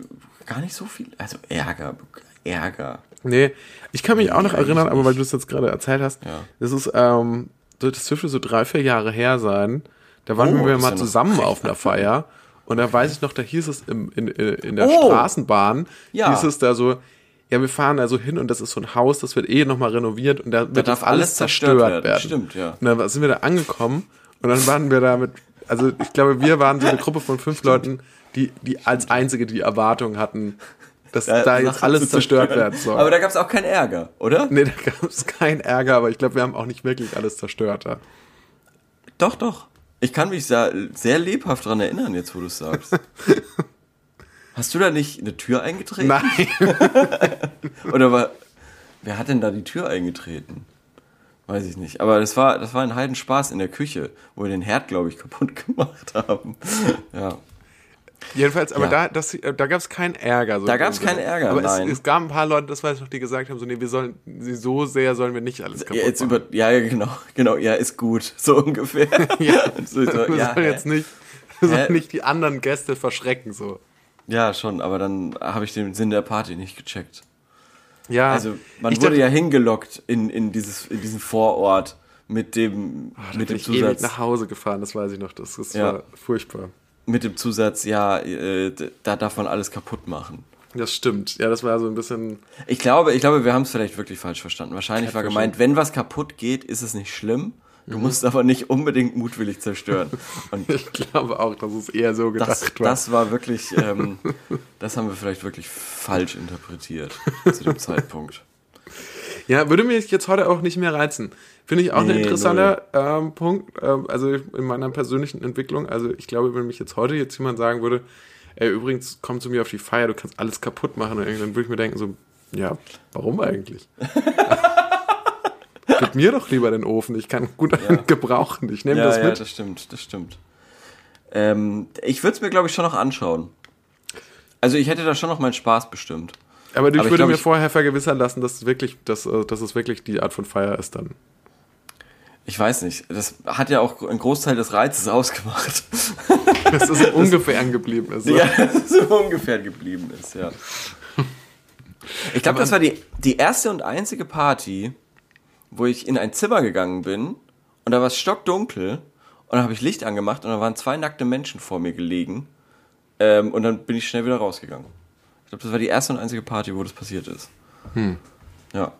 gar nicht so viel. Also Ärger, Ärger. Nee, ich kann mich auch noch eigentlich erinnern, aber weil du es jetzt gerade erzählt hast, Ja. das ist, ähm, so- das dürfte so drei, vier Jahre her sein. Da waren Oh, wir das mal ist ja noch zusammen auf einer Feier und da weiß ich noch, da hieß es im, in, in, in der Oh. Straßenbahn, Ja. hieß es da so, ja, wir fahren da so hin und das ist so ein Haus, das wird eh nochmal renoviert und da wird darf das alles alles zerstört zerstört werden. werden. Stimmt, ja. Und dann sind wir da angekommen und dann waren wir da mit, also ich glaube, wir waren so eine Gruppe von fünf Leuten, die, die als einzige die Erwartung hatten, dass da, jetzt Äh, Sachen zu alles zerstört zerstören. werden soll. Aber da gab es auch keinen Ärger, oder? Nee, da gab es keinen Ärger, aber ich glaube, wir haben auch nicht wirklich alles zerstört. Ja. Doch, doch. Ich kann mich sehr, sehr lebhaft dran erinnern, jetzt wo du es sagst. Hast du da nicht eine Tür eingetreten? Nein. Oder war, wer hat denn da die Tür eingetreten? Weiß ich nicht. Aber das war, das war ein Heidenspaß in der Küche, wo wir den Herd, glaube ich, kaputt gemacht haben. Ja. Jedenfalls, aber Ja. da, das, äh, da gab es keinen Ärger. So Da in gab's dem Sinne. keinen Ärger, aber nein. Es, es gab ein paar Leute, das weiß ich noch, die gesagt haben, so, nee, wir sollen, sie- so sehr sollen wir nicht alles kaputt Ja, jetzt machen. über, ja, ja, genau, genau, ja, ist gut, so ungefähr. Ja. so, so, wir ja, sollen hä? jetzt nicht, wir Hä? sollen nicht die anderen Gäste verschrecken, so. ja, schon, aber dann habe ich den Sinn der Party nicht gecheckt. Ja, Also man ich wurde dachte, ja hingelockt in, in, dieses, in diesen Vorort mit dem, ach, Ah, da mit bin dem ich ewig Zusatz. nach Hause gefahren, das weiß ich noch, das, das Ja. war furchtbar. Mit dem Zusatz, ja, äh, d- da darf man alles kaputt machen. Das stimmt, ja, das war so ein bisschen, Ich glaube, ich glaube, wir haben es vielleicht wirklich falsch verstanden. Wahrscheinlich Hat Mhm. war gemeint, wenn was kaputt geht, ist es nicht schlimm. Du musst aber nicht unbedingt mutwillig zerstören. Und ich glaube auch, dass es eher so gedacht das, war. das war wirklich, ähm, das haben wir vielleicht wirklich falsch interpretiert zu dem Zeitpunkt. Ja, würde mich jetzt heute auch nicht mehr reizen. Finde ich auch ein Nee, interessanter ähm, Punkt, ähm, also in meiner persönlichen Entwicklung. Also ich glaube, wenn mich jetzt heute jetzt jemand sagen würde, ey, übrigens, komm zu mir auf die Feier, du kannst alles kaputt machen. Und irgendwann würde ich mir denken, so, ja, warum eigentlich? Gib mir doch lieber den Ofen, ich kann gut einen gebrauchen. Ich nehme Ja, das ja, mit. das stimmt, das stimmt. Ähm, ich würde es mir, glaube ich, schon noch anschauen. Also ich hätte da schon noch meinen Spaß bestimmt. Aber ich Aber ich würde glaub, mir ich- vorher vergewissern lassen, dass, wirklich, dass, äh, dass es wirklich die Art von Feier ist dann. Ich weiß nicht. Das hat ja auch einen Großteil des Reizes ausgemacht. Dass es ungefähr angeblieben ist. Ja, dass es so ungefähr geblieben ist, ja. Ich glaube, das war die, die erste und einzige Party, wo ich in ein Zimmer gegangen bin und da war es stockdunkel und dann habe ich Licht angemacht und da waren zwei nackte Menschen vor mir gelegen ähm, und dann bin ich schnell wieder rausgegangen. Ich glaube, das war die erste und einzige Party, wo das passiert ist. Ja.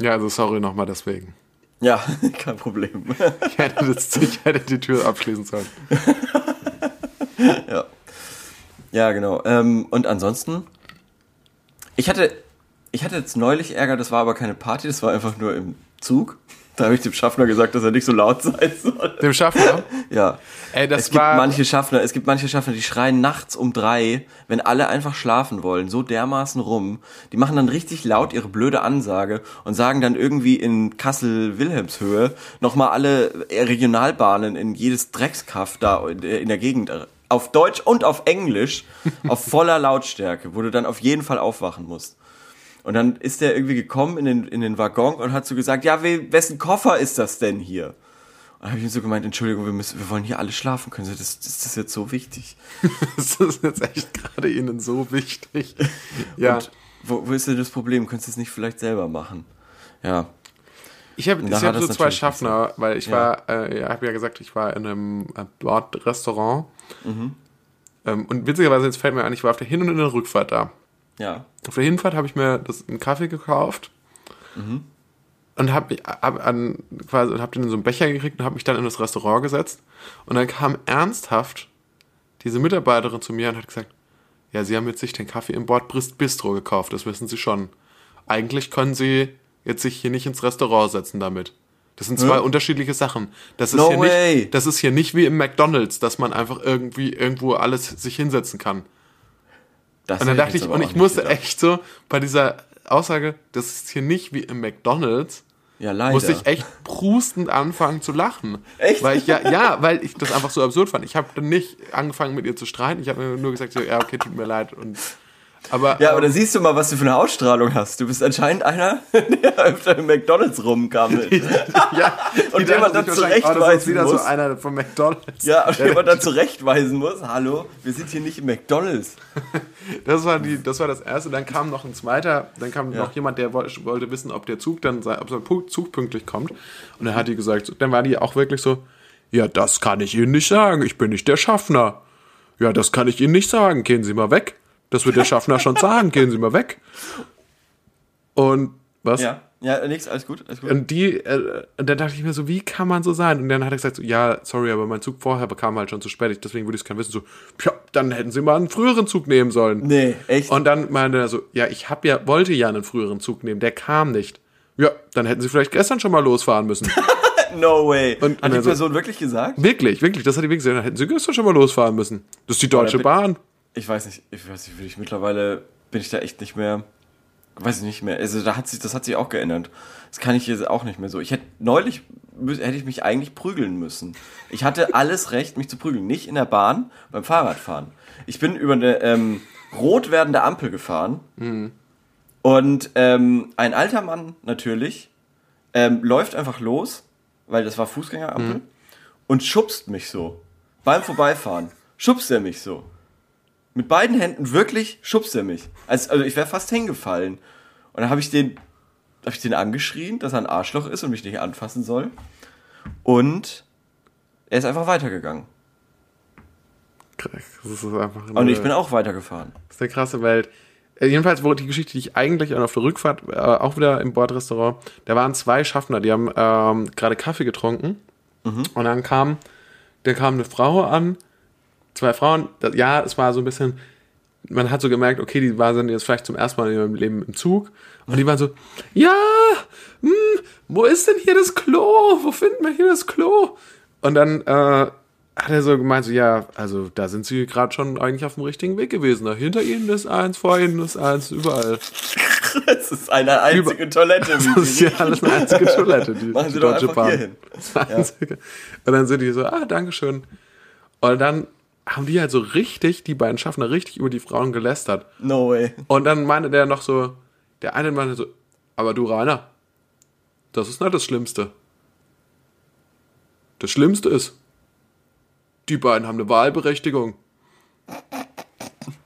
Ja, also sorry nochmal deswegen. Ja, kein Problem. Ich hätte, das, ich hätte die Tür abschließen sollen. Ja. Ja, genau. Ähm, und ansonsten, ich hatte, ich hatte jetzt neulich Ärger, das war aber keine Party, das war einfach nur im Zug. Da habe ich dem Schaffner gesagt, dass er nicht so laut sein soll. Dem Schaffner? Ja. Ey, das es gibt war- manche Schaffner, es gibt manche Schaffner, die schreien nachts um drei, wenn alle einfach schlafen wollen, so dermaßen rum. Die machen dann richtig laut ihre blöde Ansage und sagen dann irgendwie in Kassel-Wilhelmshöhe nochmal alle äh, Regionalbahnen in jedes Dreckskaff da in der in der Gegend äh, auf Deutsch und auf Englisch auf voller Lautstärke, wo du dann auf jeden Fall aufwachen musst. Und dann ist der irgendwie gekommen in den, in den Waggon und hat so gesagt, ja, we, wessen Koffer ist das denn hier? Und dann habe ich ihm so gemeint, Entschuldigung, wir, müssen, wir wollen hier alle schlafen können. So, Das, das ist jetzt so wichtig. Das ist jetzt echt gerade Ihnen so wichtig. Ja. Und wo, wo ist denn das Problem? Könntest du es nicht vielleicht selber machen? Ja, Ich habe Da ich hat hab das so zwei natürlich Schaffner, weil ich war, äh, ja, habe ja gesagt, ich war in einem äh, Bordrestaurant. Mhm. Ähm, und witzigerweise, jetzt fällt mir ein, ich war auf der Hin- und in der Rückfahrt da. ja, Auf der Hinfahrt habe ich mir das, einen Kaffee gekauft Mhm. und habe hab an quasi und habe den in so einen Becher gekriegt und habe mich dann in das Restaurant gesetzt und dann kam ernsthaft diese Mitarbeiterin zu mir und hat gesagt, ja, Sie haben jetzt sich den Kaffee im Bord Bistro gekauft, das wissen Sie schon. Eigentlich können Sie jetzt sich hier nicht ins Restaurant setzen damit. Das sind zwei unterschiedliche Sachen. Das ist, No hier way. Nicht, das ist hier nicht wie im McDonald's, dass man einfach irgendwie irgendwo alles sich hinsetzen kann. das Und dann hätte dachte ich, jetzt aber und auch ich nicht musste gedacht. echt so bei dieser Aussage, das ist hier nicht wie im McDonalds, ja, leider. musste ich echt prustend anfangen zu lachen. Echt? Weil ich ja, ja, weil ich das einfach so absurd fand. Ich habe dann nicht angefangen mit ihr zu streiten. Ich habe nur gesagt, so, ja, okay, tut mir leid. Und, aber Ja, aber da siehst du mal, was du für eine Ausstrahlung hast. Du bist anscheinend einer, der öfter im McDonalds rumgammelt. ja, die Und dachten jemand dann sich wahrscheinlich, oh, das ist zurechtweisen wieder so muss. einer von McDonalds. Ja, und jemand dann zurechtweisen muss. Hallo, wir sind hier nicht im McDonalds. Das war, die, das war das erste. Dann kam noch ein zweiter. Dann kam noch jemand, der woll- wollte wissen, ob der Zug dann, sei- ob der Pu- Zug pünktlich kommt. Und dann hat die gesagt, dann war die auch wirklich so, ja, das kann ich Ihnen nicht sagen. Ich bin nicht der Schaffner. Ja, das kann ich Ihnen nicht sagen. Gehen Sie mal weg. Das wird der Schaffner schon sagen. Gehen Sie mal weg. Und was? Ja, ja, nix, alles gut, alles gut. Und die, äh, und dann dachte ich mir so, wie kann man so sein? Und dann hat er gesagt, so, ja, sorry, aber mein Zug vorher kam halt schon zu spät, ich- deswegen würde ich es kein wissen. So, pja, dann hätten sie mal einen früheren Zug nehmen sollen. Nee, echt? Und dann meinte er so, ja, ich hab ja, wollte ja einen früheren Zug nehmen, der kam nicht. Ja, dann hätten sie vielleicht gestern schon mal losfahren müssen. No way. Und- Hat und die also- Person wirklich gesagt? wirklich, wirklich, das hat die wirklich gesagt, dann hätten sie gestern schon mal losfahren müssen. Das ist die Deutsche bin- Bahn. Ich weiß nicht, ich weiß nicht, will ich mittlerweile bin ich da echt nicht mehr, weiß ich nicht mehr. Also da hat sich, das hat sich auch geändert. Das kann ich jetzt auch nicht mehr so. Ich hätte neulich mü- hätte ich mich eigentlich prügeln müssen. Ich hatte alles Recht, mich zu prügeln, nicht in der Bahn, beim Fahrradfahren. Ich bin über eine ähm, rot werdende Ampel gefahren und ähm, ein alter Mann natürlich ähm, läuft einfach los, weil das war Fußgängerampel und schubst mich so beim Vorbeifahren. Schubst er mich so. Mit beiden Händen wirklich schubst er mich. Also, also ich wäre fast hingefallen. Und dann habe ich den, habe ich den angeschrien, dass er ein Arschloch ist und mich nicht anfassen soll. Und er ist einfach weitergegangen. Krass, Das ist einfach eine, Und ich bin auch weitergefahren. das ist eine krasse Welt. Äh, Jedenfalls wurde die Geschichte, die ich eigentlich und auf der Rückfahrt, äh, auch wieder im Bordrestaurant, da waren zwei Schaffner, die haben ähm, gerade Kaffee getrunken. Und dann kam, da kam eine Frau an, zwei Frauen, das, ja, es war so ein bisschen, man hat so gemerkt, okay, die waren jetzt vielleicht zum ersten Mal in ihrem Leben im Zug. Und die waren so, ja, hm, wo ist denn hier das Klo? Wo finden wir hier das Klo? Und dann äh, hat er so gemeint, so ja, also da sind sie gerade schon eigentlich auf dem richtigen Weg gewesen. Da hinter ihnen ist eins, vor ihnen ist eins, überall. Es ist eine einzige Toilette. Das ist ja alles eine einzige Toilette, die, Machen Sie die doch Deutsche einfach Bahn. hier hin. Das einzige. Und dann sind die so, ah, Dankeschön. Und dann haben die halt so richtig, die beiden Schaffner richtig über die Frauen gelästert. No way. Und dann meinte der noch so, der eine meinte so, aber du Rainer, das ist nicht das Schlimmste. Das Schlimmste ist, die beiden haben eine Wahlberechtigung.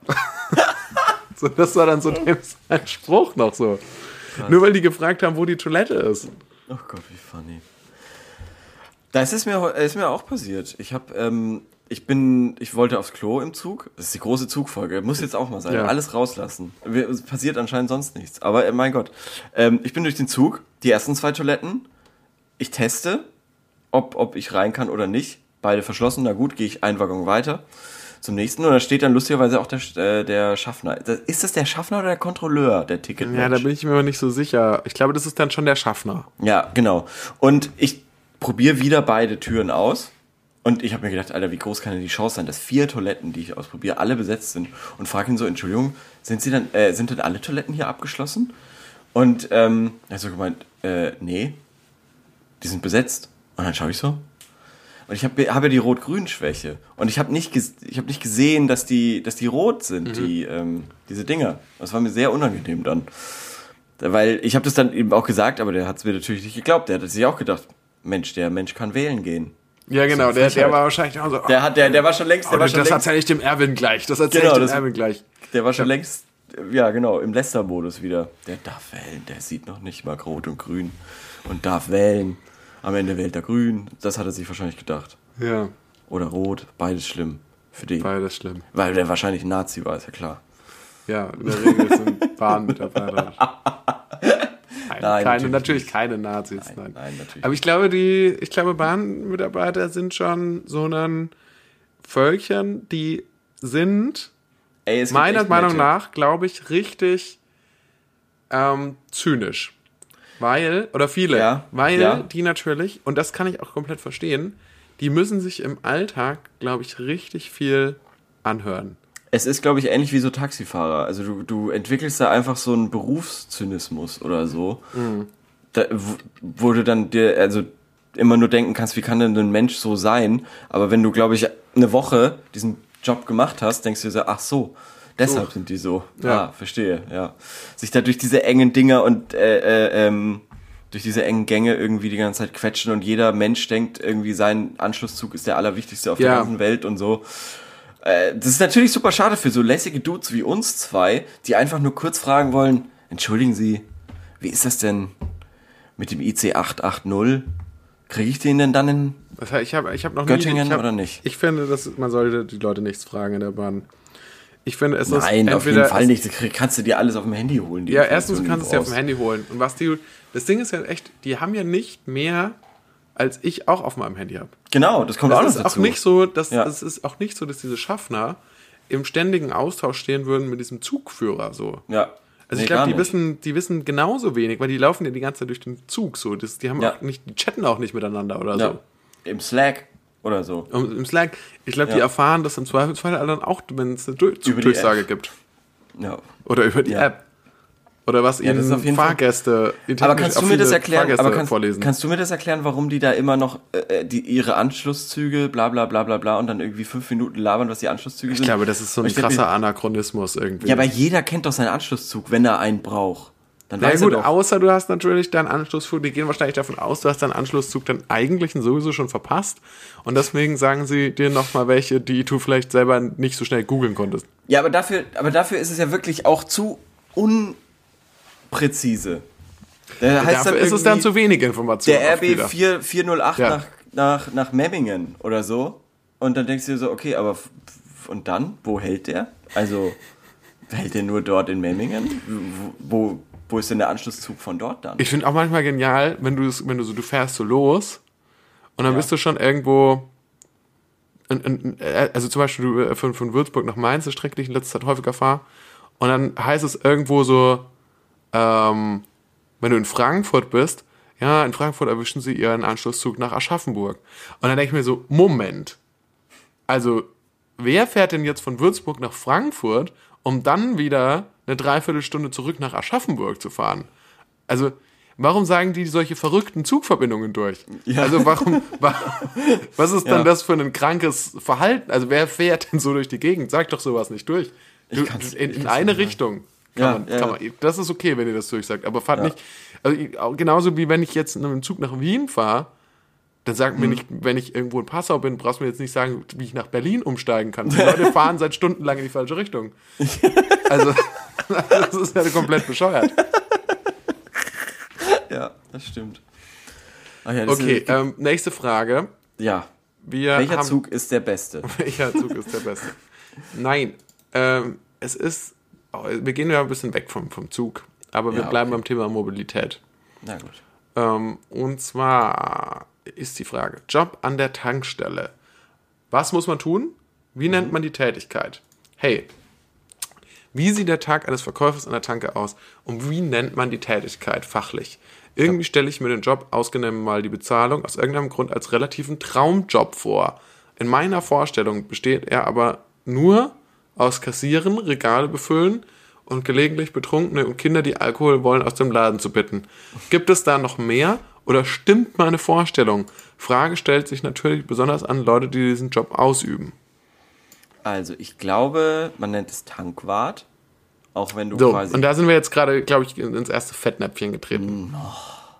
so, das war dann so dem sein Spruch noch so. Nur weil die gefragt haben, wo die Toilette ist. Oh Gott, wie funny. Das ist mir, heu- ist mir auch passiert. Ich habe, ähm, ich bin, ich wollte aufs Klo im Zug. Das ist die große Zugfolge. Muss jetzt auch mal sein. Ja. Alles rauslassen. Wir, es passiert anscheinend sonst nichts. Aber äh, mein Gott. Ähm, ich bin durch den Zug. Die ersten zwei Toiletten. Ich teste, ob, ob ich rein kann oder nicht. Beide verschlossen. Na gut, gehe ich einen Waggon weiter. Zum nächsten. Und da steht dann lustigerweise auch der, Sch- äh, der Schaffner. Das- Ist das der Schaffner oder der Kontrolleur, der Ticket? Ja, da bin ich mir aber nicht so sicher. Ich glaube, das ist dann schon der Schaffner. Ja, genau. Und ich probiere wieder beide Türen aus. Und ich habe mir gedacht, Alter, wie groß kann denn die Chance sein, dass vier Toiletten, die ich ausprobiere, alle besetzt sind? Und frage ihn so, Entschuldigung, sind sie dann, äh, sind denn alle Toiletten hier abgeschlossen? Und ähm, er hat so gemeint, äh, nee, die sind besetzt. Und dann schaue ich so. Und ich habe hab ja die Rot-Grün-Schwäche. Und ich habe nicht, ges- ich hab nicht gesehen, dass die, dass die rot sind, die, ähm, diese Dinger. Das war mir sehr unangenehm dann. Weil ich habe das dann eben auch gesagt, aber der hat es mir natürlich nicht geglaubt. Der hat sich auch gedacht, Mensch, der Mensch kann wählen gehen. Ja, genau. Der, der war wahrscheinlich auch so. Der hat, der, der war schon längst, oh, der war schon das längst, erzähle ich dem Erwin gleich. Das erzähle Genau, ich das- dem Erwin gleich. der war schon längst, ja genau, im Lester-Modus wieder. Der darf wählen, der sieht noch nicht mal rot und grün und darf wählen. Am Ende wählt er grün. Das hat er sich wahrscheinlich gedacht. Ja, Oder rot, beides schlimm für den. beides schlimm. Weil der wahrscheinlich ein Nazi war, ist ja klar. Ja, in der Regel sind Bahnmitarbeiter. Nein, Nein, keine, natürlich natürlich keine Nazis. Nein, Also Nein, nein, natürlich Aber ich glaube, die, ich glaube, Bahnmitarbeiter sind schon so ein Völkchen, die sind Ey, es gibt meiner echt Meinung nette. nach, glaube ich, richtig ähm, zynisch. Weil, oder viele, Ja, weil ja. die natürlich, und das kann ich auch komplett verstehen, die müssen sich im Alltag, glaube ich, richtig viel anhören. Es ist, glaube ich, ähnlich wie so Taxifahrer. Also du, du entwickelst da einfach so einen Berufszynismus oder so, Mhm. da, wo, wo du dann dir also immer nur denken kannst, wie kann denn ein Mensch so sein? Aber wenn du, glaube ich, eine Woche diesen Job gemacht hast, denkst du dir so, ach so, deshalb sind die so. Ja, Ja. ah, verstehe, ja. Sich da durch diese engen Dinger und äh, äh, ähm, durch diese engen Gänge irgendwie die ganze Zeit quetschen und jeder Mensch denkt irgendwie, sein Anschlusszug ist der allerwichtigste auf der Ja. ganzen Welt und so. Äh, Das ist natürlich super schade für so lässige Dudes wie uns zwei, die einfach nur kurz fragen wollen, entschuldigen Sie, wie ist das denn mit dem IC 880? Kriege ich den denn dann in... Das heißt, ich habe ich hab noch Göttingen nie, ich hab, oder nicht? Ich finde, dass man sollte die Leute nichts fragen in der Bahn. Ich finde, es ist Nein, entweder auf jeden Fall es, nicht. Das krieg- kannst du dir alles auf dem Handy holen. die Ja, Informationen, erstens die kannst du es du dir auf dem Handy holen. Und was die, das Ding ist ja echt, die haben ja nicht mehr, als ich auch auf meinem Handy habe. brauchst. Genau, das kommt auch noch Es ist dazu. auch nicht so, dass Ja. es ist auch nicht so, dass diese Schaffner im ständigen Austausch stehen würden mit diesem Zugführer so. ja. Also Nee, ich gar glaube, die nicht. wissen, die wissen genauso wenig, weil die laufen ja die ganze Zeit durch den Zug so. Das, die haben Ja. auch nicht, die chatten auch nicht miteinander oder so. Ja. Im Slack oder so. Um- Im Slack. Ich glaube, Ja. die erfahren das im Zweifelsfall dann auch, wenn es eine Dur- die Zugdurchsage App. gibt. Ja. Oder über die Ja. App. Oder was das ist auf jeden ihnen Fahrgäste, die Aber technisch kannst du mir affine das erklären? Fahrgäste Aber kannst, vorlesen. kannst du mir das erklären, warum die da immer noch äh, die, ihre Anschlusszüge, bla bla bla bla bla und dann irgendwie fünf Minuten labern, was die Anschlusszüge ich sind? glaube, das ist so ein Ich glaub, krasser Anachronismus irgendwie. Ja, aber jeder kennt doch seinen Anschlusszug, wenn er einen braucht. Dann Na weiß gut, er doch. außer du hast natürlich deinen Anschlusszug, die gehen wahrscheinlich davon aus, du hast deinen Anschlusszug dann eigentlich sowieso schon verpasst. Und deswegen sagen sie dir nochmal welche, die du vielleicht selber nicht so schnell googeln konntest. Ja, aber dafür, aber dafür ist es ja wirklich auch zu unpräzise. Da heißt Dafür dann ist es dann zu wenig Informationen. der oft wieder. RB 4, 408 Ja. nach, nach, nach Memmingen oder so. Und dann denkst du dir so, okay, aber f- f- und dann? Wo hält der? Also, hält der nur dort in Memmingen? Wo, wo ist denn der Anschlusszug von dort dann? Ich finde auch manchmal genial, wenn du es- wenn du so, du fährst so los und dann bist du schon irgendwo. In, in, äh, also zum Beispiel du, äh, von, von Würzburg nach Mainz, eine Strecke, die ich in letzter Zeit häufiger fahre. Und dann heißt es irgendwo so, ähm, wenn du in Frankfurt bist, ja, in Frankfurt erwischen sie ihren Anschlusszug nach Aschaffenburg. Und dann denke ich mir so, Moment, Also, wer fährt denn jetzt von Würzburg nach Frankfurt, um dann wieder eine Dreiviertelstunde zurück nach Aschaffenburg zu fahren? Also, warum sagen die solche verrückten Zugverbindungen durch? Ja. Also, warum, wa- was ist Ja. dann das für ein krankes Verhalten? Also, wer fährt denn so durch die Gegend? Sag doch sowas nicht durch. Du, kann's- in ich in kann's eine nicht sagen. Richtung. Kann Ja, man, ja, kann ja. man, das ist okay, wenn ihr das durchsagt. Aber fahrt nicht. Also, ich- auch genauso wie wenn ich jetzt mit dem Zug nach Wien fahre, dann sagt Mhm. mir nicht, wenn ich irgendwo in Passau bin, brauchst du mir jetzt nicht sagen, wie ich nach Berlin umsteigen kann. Die Leute fahren seit Stunden lang in die falsche Richtung. Also, das ist ja komplett bescheuert. Ja, das stimmt. Ach ja, das Okay, Ist, ähm, nächste Frage. ja. Wir Welcher haben, Zug ist der beste? Welcher Zug ist der beste? Nein, ähm, es ist, oh, wir gehen ja ein bisschen weg vom, vom Zug, aber wir Ja, bleiben okay. beim Thema Mobilität. Na gut. Ähm, und zwar ist die Frage: Job an der Tankstelle. Was muss man tun? Wie nennt man die Tätigkeit? Hey, wie sieht der Tag eines Verkäufers an der Tanke aus und wie nennt man die Tätigkeit fachlich? Irgendwie stelle ich mir den Job, ausgenommen mal die Bezahlung, aus irgendeinem Grund als relativen Traumjob vor. In meiner Vorstellung besteht er aber nur aus Kassieren, Regale befüllen und gelegentlich Betrunkene und Kinder, die Alkohol wollen, aus dem Laden zu bitten. Gibt es da noch mehr oder stimmt meine Vorstellung? Frage stellt sich natürlich besonders an Leute, die diesen Job ausüben. Also, ich glaube, man nennt es Tankwart. Auch wenn du So, quasi. Mm, und da sind wir jetzt gerade, glaube ich, ins erste Fettnäpfchen getreten. oh.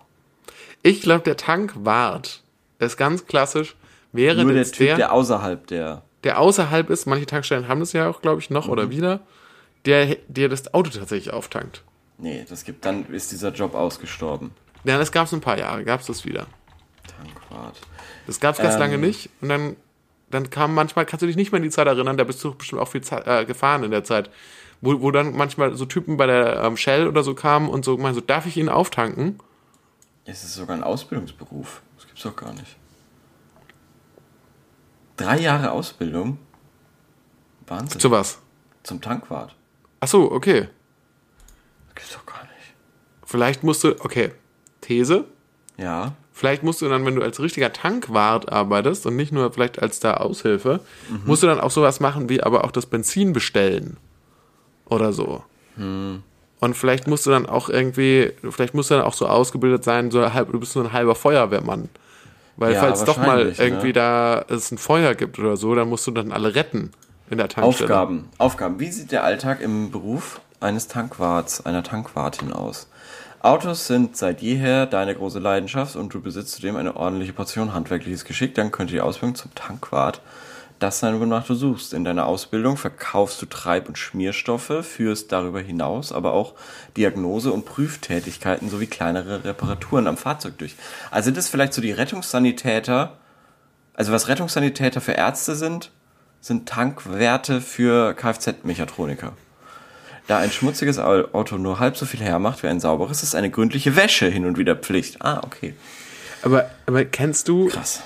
Ich glaube, der Tankwart ist ganz klassisch, wäre nur der jetzt Typ, der, der, außerhalb der. der außerhalb ist, manche Tankstellen haben das ja auch, glaube ich, noch Mhm. oder wieder, der, der das Auto tatsächlich auftankt. Nee, das gibt. Dann ist dieser Job ausgestorben. Ja, das gab es ein paar Jahre, gab es das wieder. Tankwart. Das gab es ganz Ähm. lange nicht und dann, dann kam manchmal, kannst du dich nicht mehr an die Zeit erinnern, da bist du bestimmt auch viel Zeit, äh, gefahren in der Zeit, wo, wo dann manchmal so Typen bei der ähm, Shell oder so kamen und so meinen, so darf ich ihn auftanken? Es ist sogar ein Ausbildungsberuf. Das gibt's doch gar nicht. Drei Jahre Ausbildung? Wahnsinn. Zu was? Zum Tankwart. Ach so, okay. Das gibt's doch gar nicht. Vielleicht musst du, okay, These, Ja. vielleicht musst du dann, wenn du als richtiger Tankwart arbeitest und nicht nur vielleicht als da Aushilfe, Mhm. musst du dann auch sowas machen wie aber auch das Benzin bestellen oder so. Hm. Und vielleicht musst du dann auch irgendwie, vielleicht musst du dann auch so ausgebildet sein, so halb, du bist nur ein halber Feuerwehrmann. Weil Ja, falls doch mal wahrscheinlich, ne? irgendwie da es ein Feuer gibt oder so, dann musst du dann alle retten in der Tankstelle. Aufgaben. Aufgaben. Wie sieht der Alltag im Beruf eines Tankwarts, einer Tankwartin aus? Autos sind seit jeher deine große Leidenschaft und du besitzt zudem eine ordentliche Portion handwerkliches Geschick, dann könnte die Ausbildung zum Tankwart das sein, wonach du suchst. In deiner Ausbildung verkaufst du Treib- und Schmierstoffe, führst darüber hinaus aber auch Diagnose- und Prüftätigkeiten sowie kleinere Reparaturen am Fahrzeug durch. Also sind das vielleicht so die Rettungssanitäter, also was Rettungssanitäter für Ärzte sind, sind Tankwerte für Kfz-Mechatroniker. Da ein schmutziges Au- Auto nur halb so viel hermacht wie ein sauberes, ist eine gründliche Wäsche hin und wieder Pflicht. Ah, okay. Aber, aber kennst du, Krass.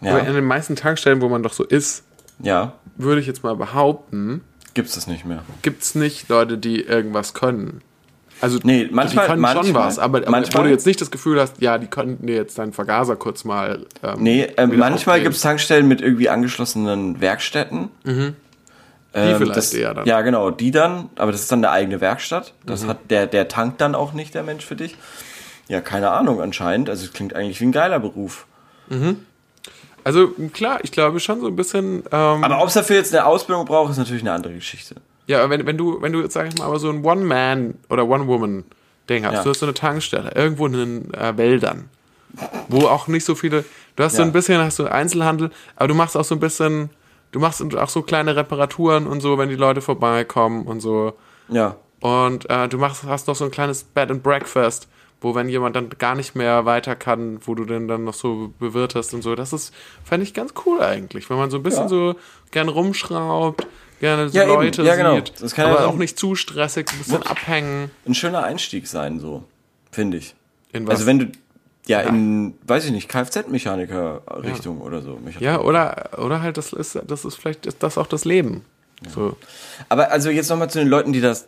aber in Ja, den meisten Tankstellen, wo man doch so ist, ja würde ich jetzt mal behaupten, gibt's das nicht mehr. gibt's nicht Leute, die irgendwas können. Also Nee, manchmal- die können schon manchmal. was, aber, aber Manchmal- wo du jetzt nicht das Gefühl hast, ja, die könnten dir jetzt deinen Vergaser kurz mal. Ähm, Nee, äh, wieder manchmal aufdrehen. gibt's Tankstellen mit irgendwie angeschlossenen Werkstätten. Mhm. Die vielleicht eher dann. Mhm. Ja, genau, die dann, aber das ist dann eine eigene Werkstatt. Das hat der, der tankt dann auch nicht, der Mensch für dich. Ja, keine Ahnung, anscheinend. Also es klingt eigentlich wie ein geiler Beruf. Also klar, ich glaube schon so ein bisschen. Ähm, Aber ob es dafür jetzt eine Ausbildung braucht, ist natürlich eine andere Geschichte. ja, wenn, wenn du wenn du jetzt sag ich mal aber so ein One Man oder One Woman Ding hast, Ja. du hast so eine Tankstelle irgendwo in den äh, Wäldern, wo auch nicht so viele. Du hast so Ja. ein bisschen hast du Einzelhandel, aber du machst auch so ein bisschen. Du machst auch so kleine Reparaturen und so, wenn die Leute vorbeikommen und so. Ja. Und äh, du machst, hast noch so ein kleines Bed and Breakfast, wo wenn jemand dann gar nicht mehr weiter kann, wo du den dann noch so bewirtest und so. Das ist, fände ich ganz cool eigentlich, wenn man so ein bisschen Ja. so gerne rumschraubt, gerne so Ja, eben. Leute Ja, genau. sieht, Das kann ja aber dann- auch nicht zu stressig, ein bisschen abhängen. Ein schöner Einstieg sein, so, finde ich. In Also wenn du, ja, in, weiß ich nicht, Kfz-Mechaniker-Richtung oder so. ja, oder, oder halt, das ist, das ist vielleicht ist das auch das Leben. So, Aber also jetzt nochmal zu den Leuten, die das,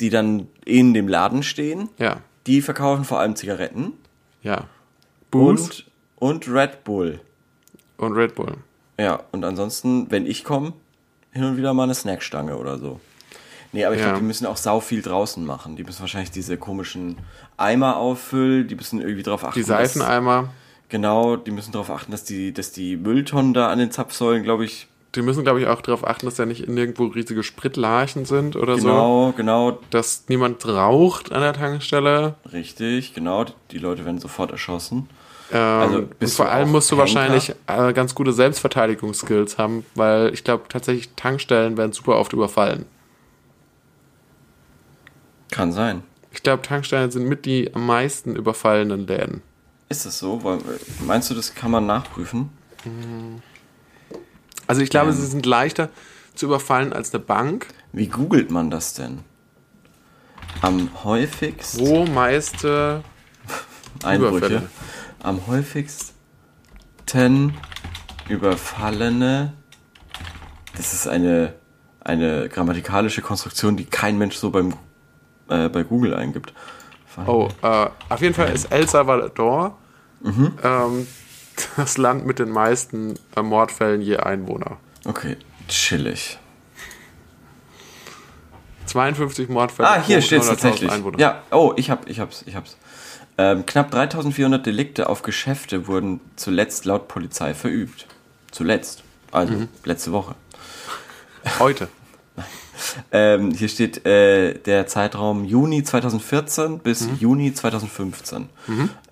die dann in dem Laden stehen. ja, Die verkaufen vor allem Zigaretten ja. Booze und, und Red Bull. und Red Bull. Ja, und ansonsten, wenn ich komme, hin und wieder mal eine Snackstange oder so. Nee, aber ich Ja. glaube, die müssen auch sau viel draußen machen. Die müssen wahrscheinlich diese komischen Eimer auffüllen, die müssen irgendwie drauf achten. Die dass- Seifeneimer, Genau, die müssen darauf achten, dass die, dass die Mülltonnen da an den Zapfsäulen, glaube ich, die müssen, glaube ich, auch darauf achten, dass da nicht nirgendwo riesige Spritlarchen sind oder so. genau, genau, Dass niemand raucht an der Tankstelle. richtig, genau, die Leute werden sofort erschossen. Ähm, Also, und bist vor du allem auch musst du Henker? wahrscheinlich äh, ganz gute Selbstverteidigungsskills haben, weil ich glaube tatsächlich Tankstellen werden super oft überfallen. Kann sein. Ich glaube, Tankstellen sind mit die am meisten überfallenen Läden. Ist das so? Weil- Meinst du, das kann man nachprüfen? Also ich glaube, Ähm. sie sind leichter zu überfallen als eine Bank, Wie googelt man das denn? Am häufigsten wo meiste Überfälle. Einbrüche. Am häufigsten überfallene. Das ist eine, eine grammatikalische Konstruktion, die kein Mensch so beim, äh, bei Google eingibt. Oh, äh, auf jeden Fall ist El Salvador Mhm. ähm, das Land mit den meisten äh, Mordfällen je Einwohner. Okay, chillig. 52 Mordfälle Ah, hier steht es 100.000 tatsächlich. Einwohner. Ja, oh, ich hab, ich hab's, ich hab's. Ähm, knapp 3400 Delikte auf Geschäfte wurden zuletzt laut Polizei verübt. Zuletzt. Also Mhm. letzte Woche. Heute. Ähm, hier steht äh, der Zeitraum Juni 2014 bis Juni 2015.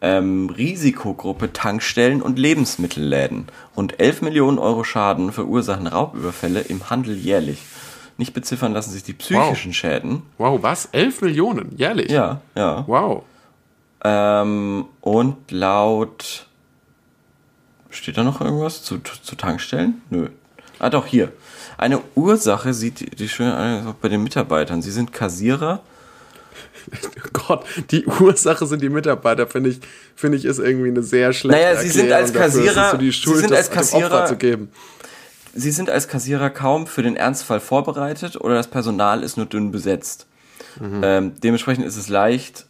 Ähm, Risikogruppe Tankstellen und Lebensmittelläden. Rund 11 Millionen Euro Schaden verursachen Raubüberfälle im Handel jährlich. Nicht beziffern lassen sich die psychischen Schäden. Wow, was? 11 Millionen jährlich? Ja, ja. Wow. Ähm, und laut. Steht da noch irgendwas zu, zu Tankstellen? Nö. Ah, doch, hier. Eine Ursache sieht die- die schön äh, bei den Mitarbeitern. Sie sind Kassierer. Gott, die Ursache sind die Mitarbeiter, finde ich, finde ich, ist irgendwie eine sehr schlechte Naja, sie sind Erklärung als dafür. Es ist Kassierer- so die sie Schuld, sind das als dem Kassierer- Opfer zu geben. Sie sind als Kassierer kaum für den Ernstfall vorbereitet oder das Personal ist nur dünn besetzt. Mhm. Ähm, dementsprechend ist es leicht,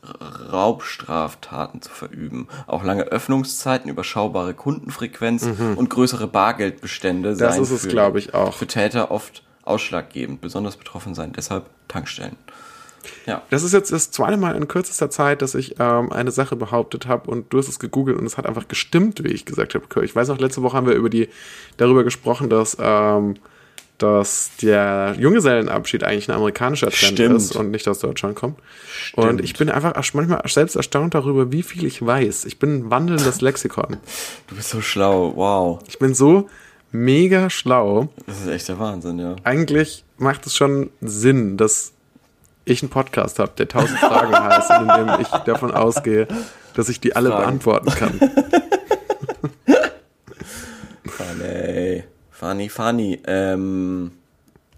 Raubstraftaten zu verüben. Auch lange Öffnungszeiten, überschaubare Kundenfrequenz und größere Bargeldbestände Mhm. Das ist es, für- glaube ich, auch. für Täter oft ausschlaggebend, besonders betroffen sein, deshalb Tankstellen. Ja, Das ist jetzt das zweite Mal in kürzester Zeit, dass ich ähm, eine Sache behauptet habe und du hast es gegoogelt und es hat einfach gestimmt, wie ich gesagt habe. Ich weiß noch, letzte Woche haben wir über die darüber gesprochen, dass, ähm, dass der Junggesellenabschied eigentlich ein amerikanischer Trend Stimmt. ist und nicht aus Deutschland kommt. Und ich bin einfach erst- manchmal selbst erstaunt darüber, wie viel ich weiß. Ich bin ein wandelndes Lexikon. du bist so schlau, wow. Ich bin so mega schlau. Das ist echt der Wahnsinn, ja. Eigentlich macht es schon Sinn, dass ich einen Podcast habe, der 1000 Fragen heißt, und in dem ich davon ausgehe, dass ich die alle Fragen. beantworten kann. Funny, funny, funny. Ähm,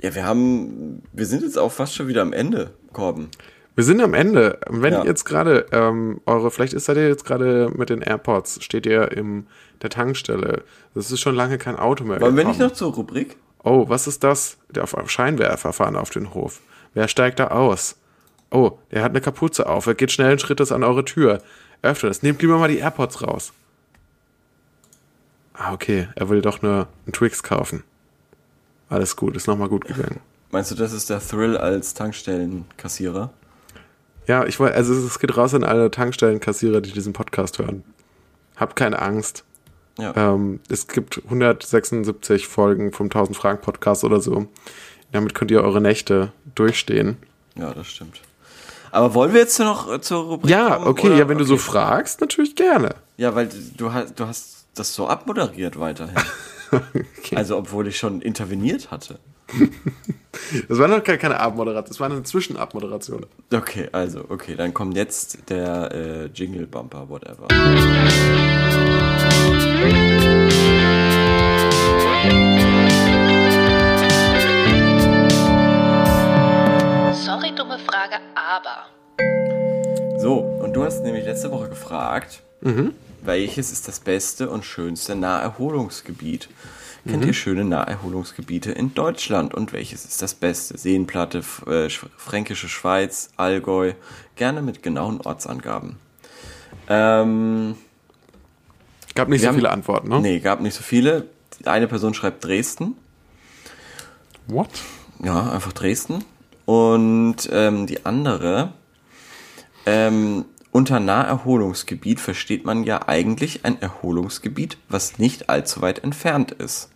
ja, wir haben, wir sind jetzt auch fast schon wieder am Ende, Korben. Wir sind am Ende. Wenn Ja. ihr jetzt gerade ähm, eure, vielleicht ist seid ihr jetzt gerade mit den AirPods, steht ihr in der Tankstelle. Das ist schon lange kein Auto mehr. Wollen wir nicht gekommen. noch zur Rubrik? Oh, was ist das? Der auf Scheinwerfer fahren auf den Hof. Wer steigt da aus? Oh, der hat eine Kapuze auf. Er geht schnellen Schrittes an eure Tür. Öffnet es. Nehmt lieber mal die AirPods raus. Ah, okay. Er will doch nur einen Twix kaufen. Alles gut, ist nochmal gut gegangen. Meinst du, das ist der Thrill als Tankstellenkassierer? Ja, ich wollte, also es geht raus an alle Tankstellenkassierer, die diesen Podcast hören. Habt keine Angst. Ja. Ähm, es gibt 176 Folgen vom 1000 Fragen Podcast oder so. Damit könnt ihr eure Nächte durchstehen. Ja, das stimmt. Aber wollen wir jetzt noch äh, zur Rubrik? Ja, kommen, okay, oder? ja, wenn du so fragst, natürlich gerne. Ja, weil du hast, du hast das so abmoderiert weiterhin. Also, obwohl ich schon interveniert hatte. Das war noch keine, keine Abmoderation, das war eine Zwischenabmoderation. Okay, also, okay, dann kommt jetzt der äh, Jingle Bumper, whatever. Sorry, dumme Frage, aber. So, und du hast nämlich letzte Woche gefragt, welches ist das beste und schönste Naherholungsgebiet? Kennt ihr schöne Naherholungsgebiete in Deutschland? Und welches ist das beste? Seenplatte, F- äh, Sch- Fränkische Schweiz, Allgäu, gerne mit genauen Ortsangaben. Ähm, Gab nicht Wir so haben- viele Antworten, ne? Nee, gab nicht so viele. eine Person schreibt Dresden. What? Ja, einfach Dresden. Und ähm, die andere, ähm, unter Naherholungsgebiet versteht man ja eigentlich ein Erholungsgebiet, was nicht allzu weit entfernt ist.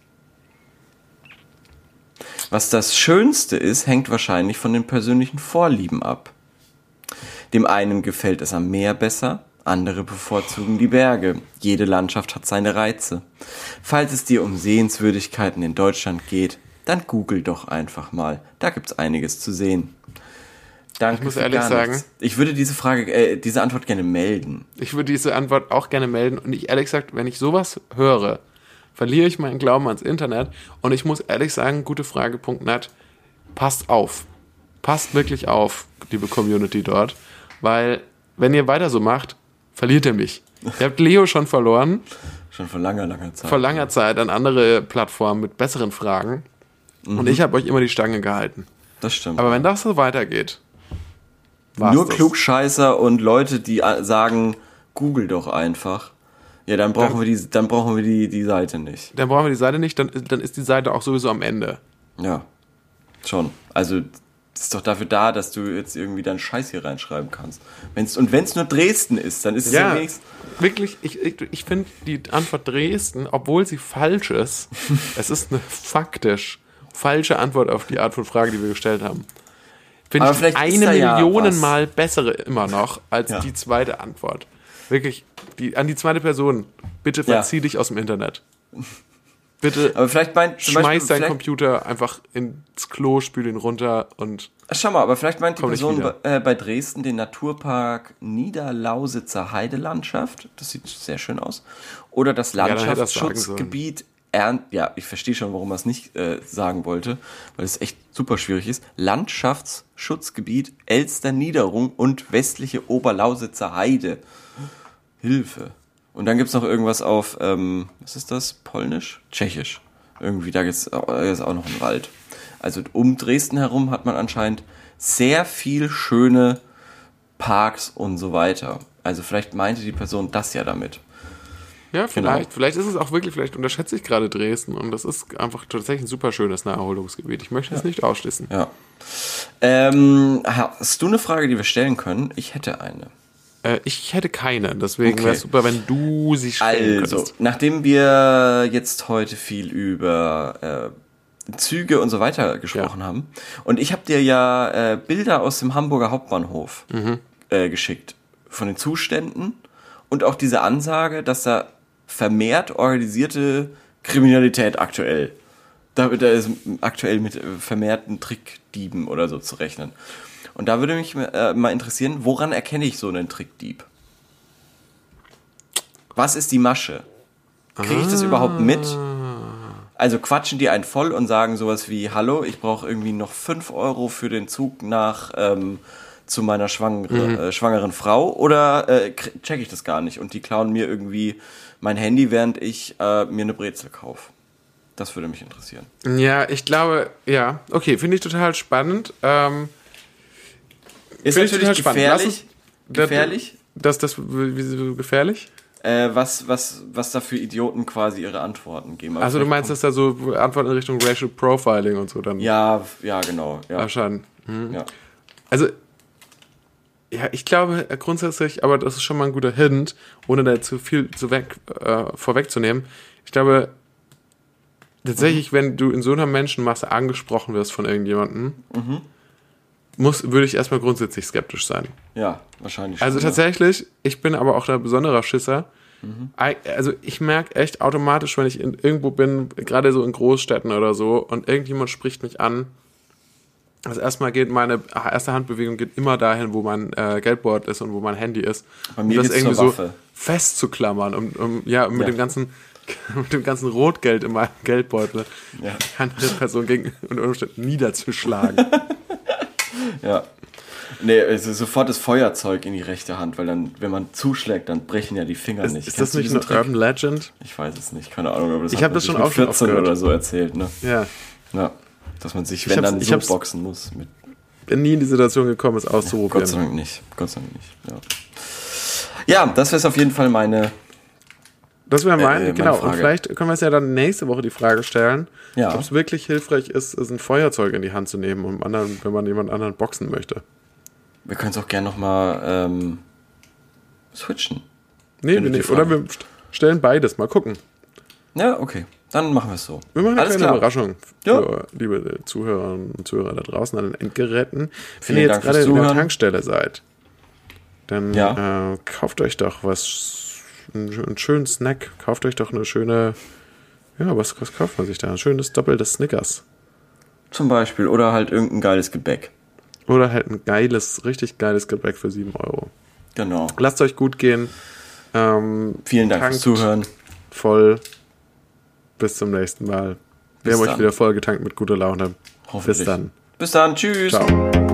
Was das Schönste ist, hängt wahrscheinlich von den persönlichen Vorlieben ab. Dem einen gefällt es am Meer besser, andere bevorzugen die Berge. Jede Landschaft hat seine Reize. Falls es dir um Sehenswürdigkeiten in Deutschland geht, dann google doch einfach mal. Da gibt's einiges zu sehen. Danke Ich muss für ehrlich gar sagen- nichts. ich würde diese Frage, äh, diese Antwort gerne melden. Ich würde diese Antwort auch gerne melden. Und ich ehrlich gesagt, wenn ich sowas höre, verliere ich meinen Glauben ans Internet. Und ich muss ehrlich sagen, gutefrage.net, passt auf. Passt wirklich auf, liebe Community dort. Weil, wenn ihr weiter so macht, verliert ihr mich. Ihr habt Leo schon verloren, Schon vor langer, langer Zeit. vor langer Zeit an andere Plattformen mit besseren Fragen. Und ich habe euch immer die Stange gehalten. das stimmt. Aber wenn das so weitergeht, war's Nur das. Klugscheißer und Leute, die a- sagen, google doch einfach. Ja, dann brauchen wir die, dann brauchen wir die, die Seite nicht. Dann brauchen wir die Seite nicht, dann, dann ist die Seite auch sowieso am Ende. Ja, schon. Also das ist doch dafür da, dass du jetzt irgendwie deinen Scheiß hier reinschreiben kannst. Wenn's, und wenn es nur Dresden ist, dann ist es ja Ja, wenigstens. wirklich, ich, ich, ich finde die Antwort Dresden, obwohl sie falsch ist, es ist eine faktisch falsche Antwort auf die Art von Frage, die wir gestellt haben. Finde Aber ich vielleicht ist da eine ja was. Millionenmal bessere immer noch als Ja. die zweite Antwort. Wirklich, die, an die zweite Person, bitte verzieh dich aus dem Internet. Bitte Aber vielleicht meint zum schmeiß deinen vielleicht- Computer einfach ins Klo, spül ihn runter und Schau mal, aber vielleicht meint die Komm nicht Person bei, wieder. äh, bei Dresden den Naturpark Niederlausitzer Heidelandschaft. Das sieht sehr schön aus. Oder das dann hätte er's sagen Landschaftsschutzgebiet Ernt. Ja, ich verstehe schon, warum er es nicht äh, sagen wollte, weil es echt super schwierig ist. Landschaftsschutzgebiet Elster Niederung und westliche Oberlausitzer Heide. Hilfe. Und dann gibt's noch irgendwas auf, ähm, was ist das? Polnisch? Tschechisch. Irgendwie, da gibt's au- da ist auch noch ein Wald. Also um Dresden herum hat man anscheinend sehr viel schöne Parks und so weiter. Also vielleicht meinte die Person das ja damit. Genau. Ja, vielleicht. Vielleicht ist es auch wirklich, vielleicht unterschätze ich gerade Dresden und das ist einfach tatsächlich ein super schönes Naherholungsgebiet. Ich möchte es nicht ausschließen. Ja. Ähm, hast du eine Frage, die wir stellen können? Ich hätte eine. Äh, ich hätte keine, deswegen Okay. wäre es super, wenn du sie stellen Also, könntest. nachdem wir jetzt heute viel über äh, Züge und so weiter gesprochen haben, und ich habe dir ja äh, Bilder aus dem Hamburger Hauptbahnhof äh, geschickt, von den Zuständen und auch diese Ansage, dass da vermehrt organisierte Kriminalität aktuell, da, da ist aktuell mit äh, vermehrten Trickdieben oder so zu rechnen. Und da würde mich äh, mal interessieren, woran erkenne ich so einen Trickdieb? Was ist die Masche? Kriege Ah. ich das überhaupt mit? Also quatschen die einen voll und sagen sowas wie, hallo, ich brauche irgendwie noch 5 Euro für den Zug nach ähm, zu meiner schwangere, Mhm. äh, schwangeren Frau oder äh, kr- check ich das gar nicht und die klauen mir irgendwie mein Handy, während ich äh, mir eine Brezel kaufe. Das würde mich interessieren. Ja, ich glaube, ja. Okay, finde ich total spannend. Ähm, Ist Finde ich natürlich total spannend. Lass gefährlich, das- gefährlich Dass das wieso gefährlich? äh, was, was, was da für Idioten quasi ihre Antworten geben. Aber Also du vielleicht meinst, dass da so Antworten in Richtung Racial Profiling und so dann kommt- Ja, ja, genau. Ja, erscheinen. ja. Also, ja, ich glaube äh, grundsätzlich, aber das ist schon mal ein guter Hint, ohne da zu viel zu weg, äh, vorwegzunehmen. Ich glaube, tatsächlich, wenn du in so einer Menschenmasse angesprochen wirst von irgendjemandem, muss, würde ich erstmal grundsätzlich skeptisch sein. ja wahrscheinlich. Also schon, ne? ja. tatsächlich, ich bin aber auch ein besonderer Schisser. Mhm. Ei- Also ich merke echt automatisch, wenn ich in, irgendwo bin, gerade so in Großstädten oder so, und irgendjemand spricht mich an. Also erstmal geht meine erste Handbewegung geht immer dahin, wo mein äh, Geldbord ist und wo mein Handy ist. Bei mir um das geht's irgendwie zur so Waffe. festzuklammern, um, um ja mit Ja. dem ganzen mit dem ganzen Rotgeld in meinem Geldbeutel Ja. die andere Person gegen unter Umständen niederzuschlagen. Ja. Nee, es ist sofort das Feuerzeug in die rechte Hand, weil dann, wenn man zuschlägt, dann brechen ja die Finger ist nicht. ist Kennst das du nicht diesen eine Urban Legend? Ich weiß es nicht, keine Ahnung, aber das Ich hat hab das man schon sich auch schon mit oft 14 gehört. oder so erzählt, ne? Ja. Ja. Dass man sich, Ich wenn hab's- dann ich so hab's- boxen muss. Mit Bin nie in die Situation gekommen, es auszuprobieren. Gott sei Dank nicht. Gott sei Dank nicht. Ja, ja das wäre auf jeden Fall meine Das wäre mein, Äh, äh, meine genau. Und Frage. vielleicht können wir es ja dann nächste Woche die Frage stellen, Ja. ob es wirklich hilfreich ist, ist, ein Feuerzeug in die Hand zu nehmen, um anderen, wenn man jemand anderen boxen möchte. Wir können es auch gerne nochmal ähm, switchen. Nee, Finde wir ich die nicht. Oder Frage. wir st- stellen beides. Mal gucken. Ja, okay. Dann machen wir es so. Wir machen eine Alles kleine klar. Überraschung Ja. für liebe Zuhörerinnen und Zuhörer da draußen an den Endgeräten. Wenn Vielen ihr jetzt Dank gerade fürs in der Zuhören. Tankstelle seid, dann Ja. äh, kauft euch doch was, einen, sch- einen schönen Snack. Kauft euch doch eine schöne, ja, was, was kauft man sich da? Ein schönes doppeltes Snickers. Zum Beispiel. Oder halt irgendein geiles Gebäck. Oder halt ein geiles, richtig geiles Gebäck für 7 Euro. Genau. Lasst euch gut gehen. Ähm, Vielen Dank fürs Tankt. Zuhören. voll. Bis zum nächsten Mal. Wir Bis haben euch dann. wieder voll getankt mit guter Laune. Bis Hoffentlich. dann. Bis dann. Tschüss. Ciao.